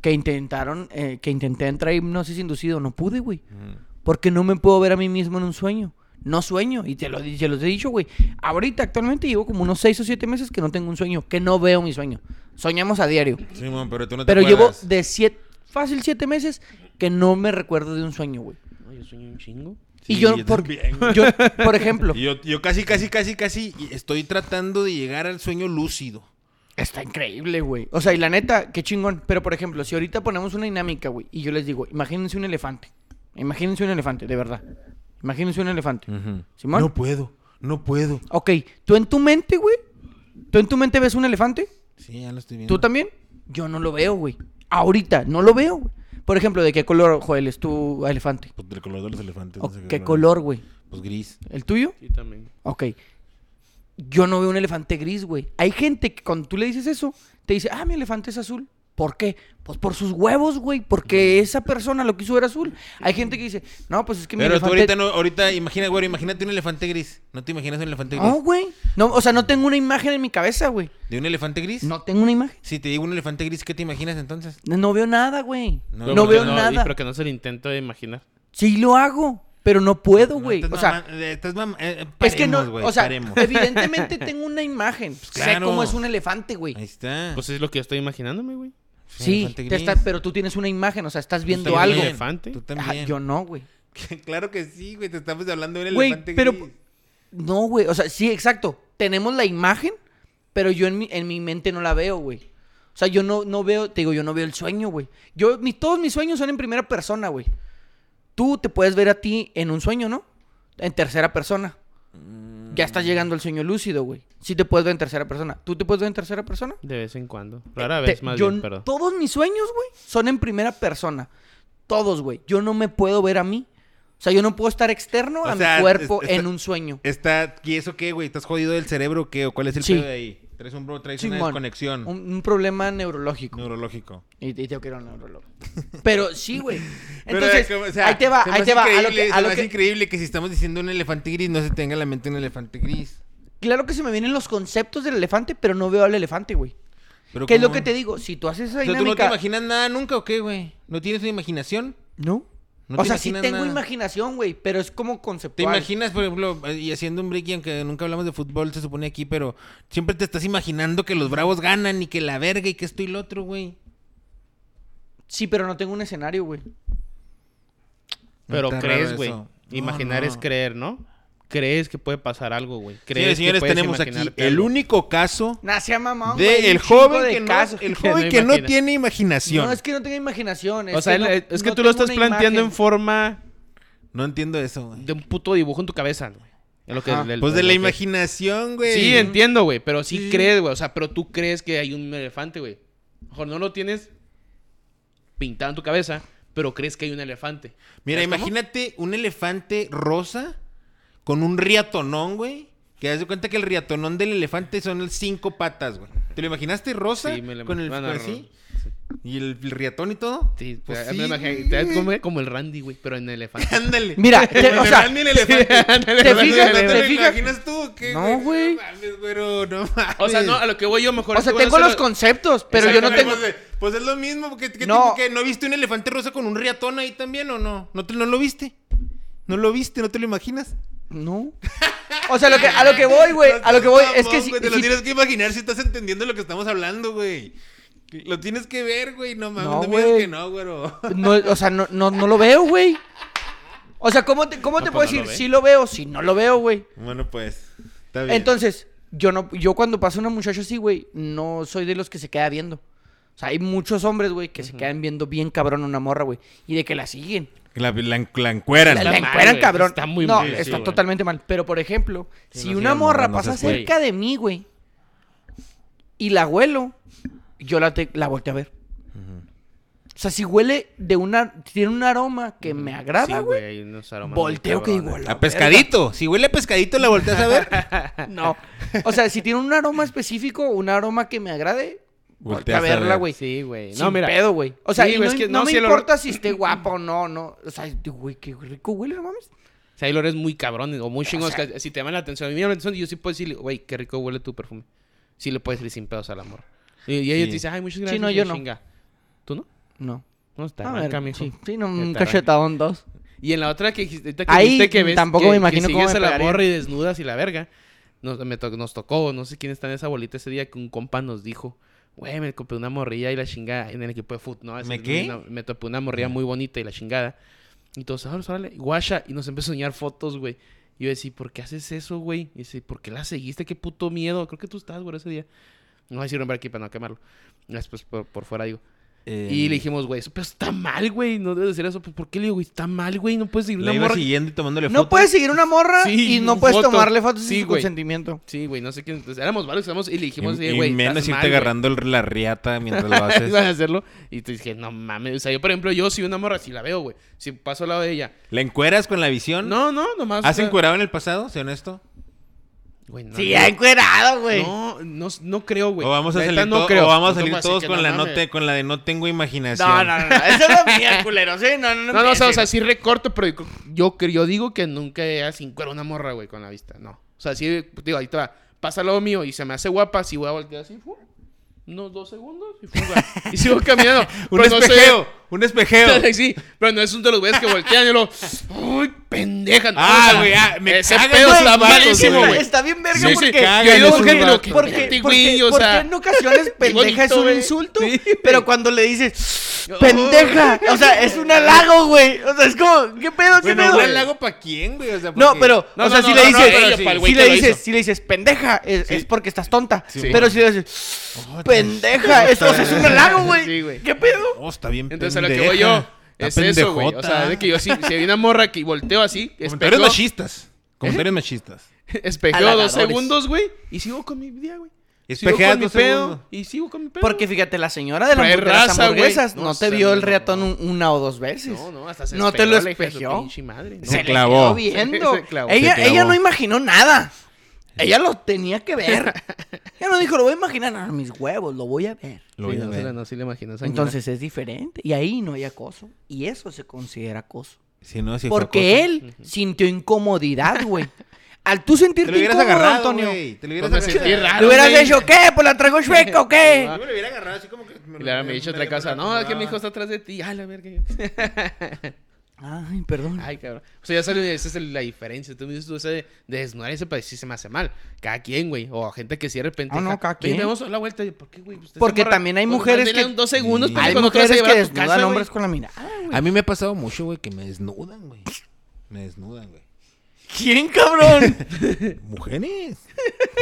que intentaron, eh, que intenté entrar a hipnosis inducido, no pude, güey.
Mm.
Porque no me puedo ver a mí mismo en un sueño. No sueño, y te lo di- se los he dicho, güey. Ahorita, actualmente, llevo como unos seis o siete meses que no tengo un sueño, que no veo mi sueño. Soñamos a diario.
Simón, pero tú no te
Pero llevo
acuerdas.
de siete... fácil siete meses que no me recuerdo de un sueño, güey.
No, yo sueño un chingo.
Y
Sí,
yo, por,
también, güey.
yo, por ejemplo,
<laughs> Y yo, yo casi, casi, casi, casi estoy tratando de llegar al sueño lúcido.
está increíble, güey. O sea, y la neta, qué chingón. Pero, por ejemplo, si ahorita ponemos una dinámica, güey, y yo les digo, imagínense un elefante. Imagínense un elefante, de verdad. Imagínense un elefante.
Mm.
¿Simón?
No puedo, no puedo.
Ok, tú en tu mente, güey, tú en tu mente ves un elefante.
Sí, ya lo estoy viendo.
¿Tú también? Yo no lo veo, güey. Ahorita, no lo veo, güey. Por ejemplo, ¿de qué color, Joel, es tu elefante?
Pues del color de los elefantes.
¿O
no sé
Oh, ¿Qué color, güey?
Pues gris.
¿El tuyo?
Sí, también.
Ok. Yo no veo un elefante gris, güey. Hay gente que cuando tú le dices eso, te dice, ah, mi elefante es azul. ¿Por qué? Pues por sus huevos, güey. Porque
Mm.
esa persona lo quiso ver azul. Hay gente que dice, no, pues es que mi
Pero tú
elefante...
ahorita no, ahorita imagina, güey, imagínate un elefante gris. ¿No te imaginas un elefante gris?
No, güey. No, o sea, no tengo una imagen en mi cabeza, güey.
¿De un elefante gris?
No tengo una imagen.
Si te digo un elefante gris, ¿qué te imaginas entonces?
No, no veo nada, güey.
No,
No,
pero
veo
que
no, y-
nada.
Pero que no se lo intento de imaginar.
Sí lo hago, pero no puedo, güey.
No,
o
estás
sea,
mamá- eh, estás mamá- eh, eh,
es que
paremos,
no,
güey,
o sea,
paremos. <laughs> Pues
evidentemente tengo una imagen. Sé
claro.
cómo es un elefante, güey.
Ahí está.
Pues es lo que yo estoy imaginándome, güey.
Sí,
elefante
te
gris.
está- pero tú tienes una imagen, o sea, estás
Tú
viendo
también,
algo.
elefante.
Tú
Ajá,
también.
yo no, güey.
<laughs> claro que sí, güey, te estamos hablando de un
Güey,
elefante
pero-
gris.
No, güey. O sea, sí, exacto. Tenemos la imagen, pero yo en mi, en mi mente no la veo, güey. O sea, yo no, no veo, te digo, yo no veo el sueño, güey. Yo, mi- todos mis sueños son en primera persona, güey. Tú te puedes ver a ti en un sueño, ¿no? En tercera persona. Ya estás llegando al sueño lúcido, güey. Sí te puedes ver en tercera persona. ¿Tú te puedes ver en tercera persona?
De vez en cuando. Rara
Eh, Te-
vez más
yo-
bien, pero.
Todos mis sueños, güey, son en primera persona. Todos, güey. Yo no me puedo ver a mí. O sea, yo no puedo estar externo
O
a
sea,
mi cuerpo
es- es-
en un sueño.
Está, ¿y eso qué, güey? ¿Estás jodido del cerebro o qué? ¿O cuál es el
Sí.
pedo de ahí? Traes un bro, traes una
Simón,
desconexión
Un, un problema neurológico.
neurológico.
Y, y tengo que ir a un neurólogo. Pero sí, güey.
<laughs> Pero,
Entonces,
como, o sea,
ahí te va,
se me
ahí
hace
te va. A lo
increíble-
que, a
se
lo
me hace
que-
increíble que si estamos diciendo un elefante gris, no se tenga en la mente un elefante gris.
claro que se me vienen los conceptos del elefante, pero no veo al elefante, güey.
Pero
¿Qué es lo
¿cómo?
que te digo? Si tú haces esa
O sea, ¿tú no te
dinámica...
imaginas nada nunca o qué, güey? ¿No tienes una imaginación?
¿No?
No
o
te
sea, sí
imaginas
tengo
nada.
imaginación, güey, pero es como
¿Te
conceptual.
imaginas, por ejemplo, eh, y haciendo un break, y aunque nunca hablamos de fútbol, se supone aquí, pero siempre te estás imaginando que los bravos ganan y que la verga y que esto y lo otro, güey?
Sí, pero no tengo un escenario, güey.
Pero
Está raro
crees,
eso.
güey.
No,
Imaginar
no.
es creer, ¿no? Crees que puede pasar algo, güey.
Señores,
Crees que
señores,
puedes
tenemos aquí
imaginarte
el
algo.
único caso
Nacía mamón,
de
güey. un
el
chingo
joven
de
que no,
casos.
el
que
joven
no
que no
imagina.
tiene imaginación.
No, es que no tengo imaginación.
O sea,
no-
él- es que
no
tú lo
tengo
estás
una
planteando
imagen.
en forma
No entiendo eso, güey.
de un puto dibujo en tu cabeza, güey. Es lo que-
Ajá.
del-
Pues de
lo
la
que-
imaginación, güey.
Sí, entiendo, güey. Pero sí,
Sí.
crees, güey. O sea, pero tú crees que hay un elefante, güey. A lo Mejor no lo tienes pintado en tu cabeza, pero crees que hay un elefante.
Mira,
¿Sabes cómo?
imagínate un elefante rosa con un riatonón, güey. Que haz de cuenta que el riatonón del elefante son el cinco patas, güey. ¿Te lo imaginaste rosa?
Sí, me lo
con el
imagino. Ah, no,
así? ¿Y el, el riatón y todo?
Sí,
Pues
te- me imagino-
güey.
te ves como, como el Randy, güey, pero en
<laughs>
elefante.
Ándale.
<laughs>
Mira, te- o sea,
Ni el elefante.
¿te fijas?
¿No te
¿Te
lo
fijas?
imaginas tú? o qué,
No, güey.
No mames, güero, no mames.
O sea, no, a lo que voy yo mejor.
O sea,
este güey
tengo
no se
los
lo-
conceptos, pero yo no tengo...
Exactamente, Pues, eh, pues es lo mismo, porque ¿qué
No.
tipo que no viste un elefante rosa con un riatón ahí también o no? ¿No, te, no lo viste? ¿No lo viste? ¿No te lo imaginas? <laughs>
No. O sea, lo que, a lo que voy, güey, a lo que voy es que
Mamón,
si...
güey, te lo
si-
tienes que imaginar si estás entendiendo lo que estamos hablando, güey. Lo tienes que ver, güey. No mames,
No,
no, me digas
güey.
que no, güero. <laughs>
no, o sea, no, no, no lo veo, güey. O sea, ¿cómo te, cómo te
pues
puedo
no lo
decir
ve.
si lo veo, si no lo veo, güey?
Bueno, pues. Está bien.
Entonces, yo no, yo cuando pasa una muchacha así, güey, no soy de los que se queda viendo. O sea, hay muchos hombres, güey, que se quedan viendo bien cabrón a una morra, güey. Y de que la siguen.
La, la, la encueran.
La,
Está
la
mal,
encueran,
güey.
cabrón.
Está muy
no,
mal, sí,
está
güey.
totalmente mal. Pero, por ejemplo,
Sí,
si
no
una
seas
morra
morra, no
pasa
seas güey.
cerca de mí, güey, y la huelo, yo la, te- la volteo a ver. O sea, si huele de una... Tiene un aroma que me agrada,
Sí,
güey.
hay unos aromas
volteo
muy
que
cabrones.
digo...
A pescadito. Si huele a pescadito, la volteas a ver.
No. O sea, si tiene un aroma específico, un aroma que me agrade, voltea
Volteas
a
a
verla,
ver.
güey.
Sí, güey.
No,
No, mira.
pedo, güey. O sea,
Sí,
y no,
güey, es que
no
no,
me
sí, el olor-
importa si esté guapa o no, no. O sea, güey, qué rico huele, no mames.
O sea, hay olores muy cabrones o muy chingones.
O sea-
que si te llaman la atención, a mí me llama la atención, yo sí puedo decirle, güey, qué rico huele tu perfume. Sí le puedes decir sin pedos al amor. Y, y ella
Sí.
te dice, ay, muchas
Sí,
gracias.
no,
y
yo no.
chinga. ¿Tú no?
No.
No, está
A
arranca,
ver,
mijo.
sí, sí, no,
Te
un
arranca.
cachetadón dos.
Y en la otra que dijiste ahorita que,
Ahí
dijiste que ves
tampoco
que-
me imagino
que
cómo me
sigues a la
pegaría.
morra y desnudas y la verga. Nos, me to- nos tocó, no sé quién está en esa bolita ese día que un compa nos dijo güey, me topé una morrilla y la chingada en el equipo de fútbol, ¿no? Así,
¿Me qué?
una- me topé una morrilla muy bonita y la chingada. Y todos, órale, órale, guasha. Y nos empezó a soñar fotos, güey. Y yo decía, ¿por qué haces eso, güey? Y dice, ¿por qué la seguiste? Qué puto miedo. Creo que tú estás, güey, ese día. No voy a decir nombre aquí para no quemarlo. Después por, por fuera digo.
Eh,
Y
Em,
le dijimos, güey, eso pero está mal, güey. No debes decir eso. Pues, ¿Por qué le digo, güey? Está mal, güey. No puedes seguir
La
una
iba
morra.
siguiendo y tomándole fotos.
No puedes seguir una morra
Sí,
y no
un
puedes
foto.
tomarle fotos
Sí,
sin su
güey.
consentimiento.
Sí, güey, no sé quién. Entonces, éramos varios, éramos, y
Y,
le dijimos, eh,
y
güey.
menos
estás
irte
mal, güey". <laughs>
agarrando el- la riata mientras lo haces.
Iban a hacerlo. Y te dije, no mames. O sea, yo, por ejemplo, yo si una morra, si la veo, güey. Si paso al lado de ella.
¿La encueras con la visión?
No, no, nomás.
¿Has
o sea,
encuerado en el pasado, sea honesto?
Güey, no,
Sí,
no,
ha encuerado, güey. No,
no, no, no creo, güey.
O vamos a
La neta,
salir, to-
creo.
o vamos a
No
salir
tomo así
todos
que
con, la no
mames.
te- con la de no tengo imaginación.
no, no, no. Ah, Eso <laughs> es lo mío, culero. Sí, no, no,
No, no, o sea, o sea,
empieces.
sí recorto, pero yo- yo, cre- yo digo que nunca he sin cuero una morra, güey, con la vista. No. O sea, sí, digo, ahí te va. Pasa lo mío y se me hace guapa, si voy a voltear así, fu, unos dos segundos y, fu, güey.
<laughs>
y sigo caminando.
Un
Pero Pues no sé-
espejeo, un espejeo. <laughs>
<laughs> sí, pero no es uno de los güeyes que voltean y lo. ¡Uy, pendeja! No,
Ah,
o sea,
güey, ah, me
Ese
cagan
pedo
esos
está
vatos, güey.
malísimo,
está,
güey.
está bien verga
Sí, sí,
porque...
cagan
yo digo
esos
que-
vatos,
porque-
güey.
porque-
Güey, o
porque
sea,
en <laughs> ocasiones pendeja es
bonito,
un
güey.
insulto,
Sí, güey.
pero cuando le dices <laughs> pendeja, o sea, es un halago, güey. O sea, es como, ¿qué pedo, qué
Bueno,
pedo?
¿un halago para quién, güey? O sea,
No,
porque-
pero,
No,
o sea,
no,
si
no,
le
no,
dices,
no, ella pa'l güey
si
que
le
lo
dices,
hizo.
si le dices, pendeja, es, es porque estás tonta.
Sí,
pero
man.
si le dices,
Oh,
pendeja,
está-
esto es un halago, güey.
Sí, güey.
¿Qué pedo?
Oh, está bien
Entonces, a lo
pendeja.
que voy yo.
Está
Es eso, güey. O
pendejota.
sea, de que yo sí, si hay una morra que volteo así,
Comentarios
espejo, <laughs>
machistas. ¿Eh? Comentarios machistas.
espejeo dos
Halagadores.
segundos, güey, y sigo con mi día, güey. Sigo
Espejeas
con mi
dos segundos.
pedo y sigo con mi pedo.
Porque fíjate, la señora de las
Trae
hamburguesas,
raza, güey.
hamburguesas
No
no, te
sé,
vio el
no,
reatón
no.
un- una o dos veces.
No, no, hasta se
No te lo
la hija de su
espejó.
pinche madre.
<laughs> Se
le
clavó.
quedó viendo.
Se clavó.
Ella,
Se clavó.
ella no imaginó nada. Ella lo tenía que
<laughs>
ver. Ella no dijo, lo voy a imaginar a mis huevos, lo voy a ver.
Lo voy
Sí,
a
no, se
ver.
la- no, sí le imaginas. señora.
Entonces es diferente. Y ahí no hay acoso. Y eso se considera acoso.
Si no, si fue
Porque
acoso.
él sintió incomodidad,
<laughs>
güey. Al tú sentirte
Te lo hubieras
incómodo,
agarrado,
Antonio.
güey. Te lo
Pues
hubieras
me sentí
agarrado.
raro.
¿Le hubieras
güey.
hecho qué? ¿Pues la traigo chueca
<laughs>
o qué?
Yo me lo hubiera agarrado así como que... me
Y
lo
le
hubiera-
habrán
me
dicho otra
lo
cosa. No, es que mi
acomodaba.
hijo está atrás de ti. Ay, la verga.
Ay, perdón.
Ay, cabrón. O sea, ya salió, esa es la diferencia. Tú me dices, tú, ese de, de desnudar ese país sí se me hace mal. Cada quien, güey. O gente que sí de repente.
Ah, no,
ja,
cada
"Ven,
quien.
Vamos a la vuelta. Yo, ¿Por qué, güey? Usted se
Porque
morra,
también hay
pues,
mujeres
dale
que-
un dos segundos.
Sí.
pues,
Hay
cuando te vas a
mujeres
llevar
que
a tu casa,
desnudan
güey.
hombres con la mirada.
A mí me ha pasado mucho, güey, que me desnudan, güey. Me desnudan, güey. <laughs>
¿Quién, cabrón?
Mujeres.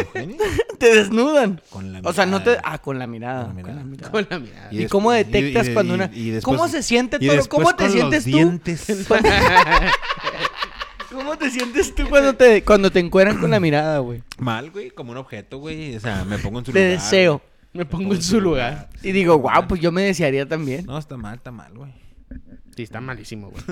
Mujeres.
te desnudan.
Con la
O sea, no te...
mirada.
Ah, con la mirada.
Con la
Con
mirada.
la mirada.
<laughs> Con la mirada.
¿Y cómo
después-
detectas
y- y-
cuando una-
y después-
¿Cómo se siente,
y
Toro?
después
¿Cómo te
con
sientes
los
tú? <laughs>
dientes.
¿Cómo te sientes tú cuando te, cuando te encueran con la mirada, güey?
Mal, güey, como un objeto, güey. O sea, me pongo en su
Te
lugar.
deseo.
Me pongo en su lugar.
Y digo, wow, pues yo me desearía
¿Eh?
también.
No, está mal, está mal, güey.
Sí, está malísimo, güey.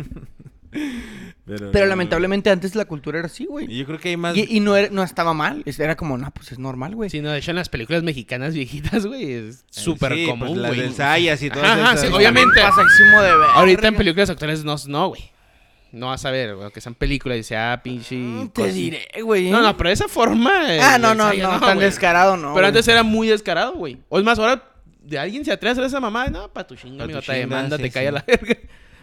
Pero lamentablemente antes la cultura era así, güey.
Y yo creo que hay más. eh,
Y, y no, era- no estaba mal. es- Era como, no, pues es normal, güey.
Sí, no, de hecho en las películas mexicanas viejitas, güey, es súper
Sí, pues,
común,
las
güey.
del Sayas y todas
Ajá, ajá,
esas,
sí,
güey.
obviamente.
Pasadísimo de verga.
Ahorita en películas actuales no, no, güey. No vas a ver, güey, que sean películas y sea ah, pinche.
Mm, Te
cosi-
diré, güey.
No, no, pero de esa forma. eh,
Ah, no, no,
ensaya,
no, tan
güey.
descarado no.
Pero
güey.
antes era muy descarado, güey. O es más, ahora de alguien se atreve a hacer esa mamada, no, pa' tu chinga,
Pa'
amigo,
tu
te
chinga,
demanda,
sí,
te
sí.
calla la <laughs> verga.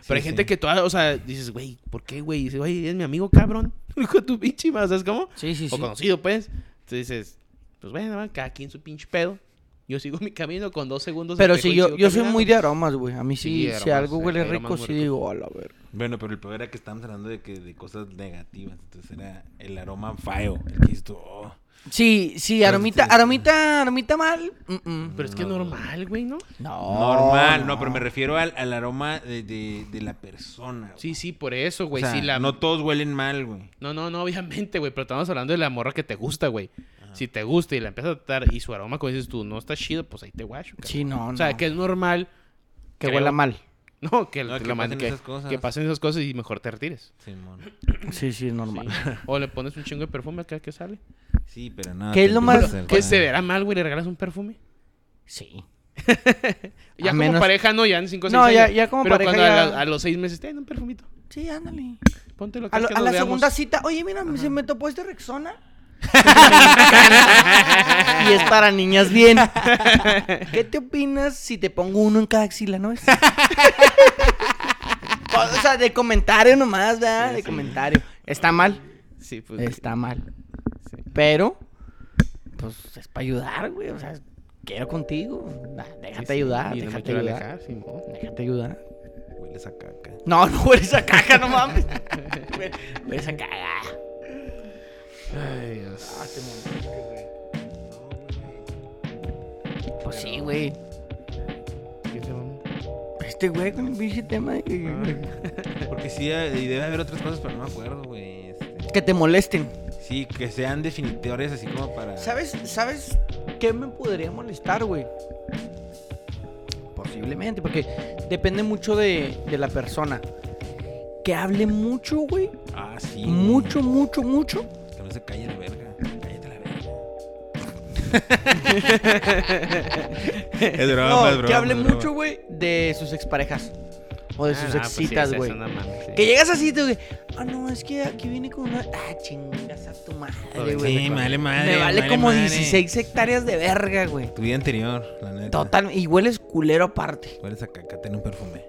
Pero hay
Sí,
gente
sí.
que toda, o sea, dices, güey, ¿por qué, güey? Y dices, güey, es mi amigo cabrón. <laughs> Hijo de tu pinche madre, ¿sabes cómo?
Sí, sí,
o
sí.
conocido, pues. Entonces dices, pues bueno, va, cada quien su pinche pedo. Yo sigo mi camino con dos segundos. de
Pero
espejo
sí,
y
yo,
sigo
yo soy
caminando.
muy de aromas, güey. A mí
Sí,
sí, si
aromas,
algo huele
hay aromas
rico,
muy
sí
ricos.
digo, a la verga.
Bueno, pero el peor era que estábamos hablando de que de cosas negativas. Entonces era el aroma feo. El que dices tú, oh.
Sí, sí, aromita, aromita, aromita mal. mm, mm.
Pero es que es normal, güey, ¿no?
No.
Oh,
Normal, no. pero me refiero al, al aroma de, de- de la persona. güey.
Sí, sí, por eso, güey.
O sea,
sí, la...
No todos huelen mal, güey.
No, no, no, obviamente, güey, pero estamos hablando de la morra que te gusta, güey. Si te gusta y la empiezas a tratar y su aroma, como dices tú, no está chido, pues ahí te guacho. cabrón.
Sí, no, no.
O sea, que es normal. <laughs>
que
creo-
huela mal.
No, que,
No,
te
que
lo man-
pasen
que-
esas cosas.
que pasen esas cosas y mejor te retires.
Simón.
Sí, sí, es normal.
O le pones un chingo de perfume acá que sale.
Sí, pero no.
¿Qué
te
es lo
empiezas
más-
a hacer
Que
con-
se verá mal, güey, le regalas un perfume.
Sí.
Ya
A
como
menos-
pareja, no, ya en 5 o 6
No, ya-
años.
ya como
pero
pareja
cuando a,
ya-
la- a los 6 meses, ten un perfumito.
Sí, ándale.
Póntelo acá
A, lo-
que
a
nos
la
veamos.
segunda cita, oye, mira, se me topó este Rexona. y es para niñas bien. ¿Qué te opinas si te pongo uno en cada axila, no es? o sea, de comentario nomás, ¿verdad? de comentario. Está mal,
Sí, pues.
está mal. Pero, pues es para ayudar, güey. O sea, quiero contigo. Nah, déjate
Sí, sí,
ayudar,
y no me
déjate
quiero
ayudar.
alejar, Simón.
Déjate ayudar.
Hueles a caca.
No, <laughs> no hueles a caca, no
<laughs>
mames. Hue- Hueles a caca.
Ay, Dios.
Pues sí, güey.
¿Qué se mamó?
Este güey con el pinche tema de que,
Porque sí, eh, y debe haber otras cosas, pero no me acuerdo, güey. este.
que te molesten.
Sí, que sean definitorias así como para.
¿Sabes, ¿Sabes qué me podría molestar, güey? Posiblemente, porque depende mucho de, de la persona. Que hable mucho, güey.
Ah, sí. güey.
Mucho, mucho, mucho.
Que no se calle la verga. Cállate la verga. es broma,
no,
es broma.
que hable
es broma.
mucho, güey, de sus exparejas. O de
Ah,
sus
no, pues sí,
excitas,
es
güey.
eso, no mames, sí.
Que llegas así, te güey. Ah, no, es que aquí viene con una. Ah, chingas a tu madre, güey.
Sí, me vale madre.
Me vale como
madre.
16 hectáreas de verga, güey.
Tu vida anterior, la neta.
Total, y hueles culero aparte.
Hueles a caca, ten un perfume.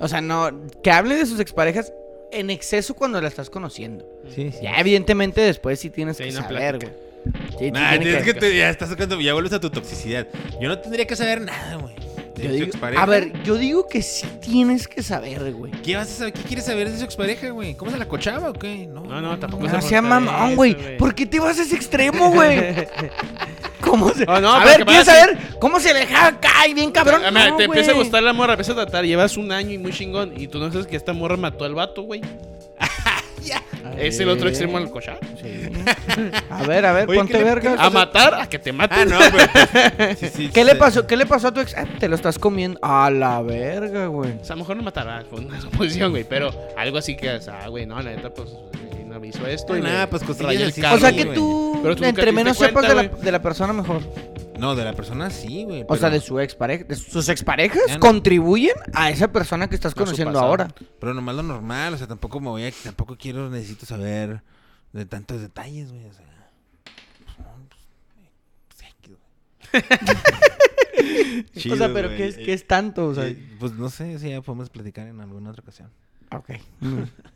O sea, no, que hable de sus exparejas en exceso cuando la estás conociendo.
Sí, sí.
Ya, evidentemente, después sí tienes
Sí,
que
una
saber,
plática.
güey. Sí, sí
Nah,
tiene
es que te- ya estás sacando, ya vuelves a tu toxicidad. Yo no tendría que saber nada, güey. De
Yo
su
digo-
expareja.
a ver, yo digo que sí tienes que saber, güey.
¿Qué vas a saber? ¿Qué quieres saber de su expareja, güey? ¿Cómo se la cochaba o qué? No,
No, no, tampoco
No
se
sea
pregunta
mamón,
eso,
güey.
güey.
¿Por qué te vas a ese extremo,
<laughs>
güey? ¿Cómo se.?
Oh, no,
a
pero
ver,
que
¿quieres
pasa-
saber cómo se alejaba acá y bien cabrón?
Ah, mira,
No,
te empieza a
güey.
gustar la morra, empieza a tratar, llevas un año y muy chingón, y tú no sabes que esta morra mató al vato, güey. Es el otro extremo al cochar.
Sí. <laughs> A ver, a ver,
Oye,
ponte
¿qué le-
vergas.
A matar, a que te maten.
Ah, no, güey. Sí, sí,
<laughs> ¿Qué le
sí.
pasó? ¿Qué le pasó a tu ex? Ah, te lo estás comiendo. A la verga, güey.
O sea, a lo mejor no matará, fue una <laughs> suposición, güey, pero algo así que, o sea, güey, no, la neta, pues, eh, no me hizo esto. y
No, nada,
le
pues, cosillas
rayé el
así.
carro,
O sea
sí,
que
güey.
tú,
Pero tú nunca te
entre
diste
menos
cuenta,
sepas de la,
güey.
de la persona, mejor.
No, de la persona sí, güey.
O sea,
pero-
de su expareja. de sus exparejas
Ya no.
contribuyen a esa persona que estás
su
conociendo
pasado.
<laughs> ahora.
Pero nomás lo normal, o sea, tampoco me voy a... Tampoco quiero, necesito saber de tantos detalles, güey, o sea... pues, no, pues, pues, X, güey.
o sea,
Chido,
pero
güey.
¿qué es,
Eh,
qué es tanto? O sea,
eh, pues no sé si ya podemos platicar en alguna otra ocasión.
ok. Mm.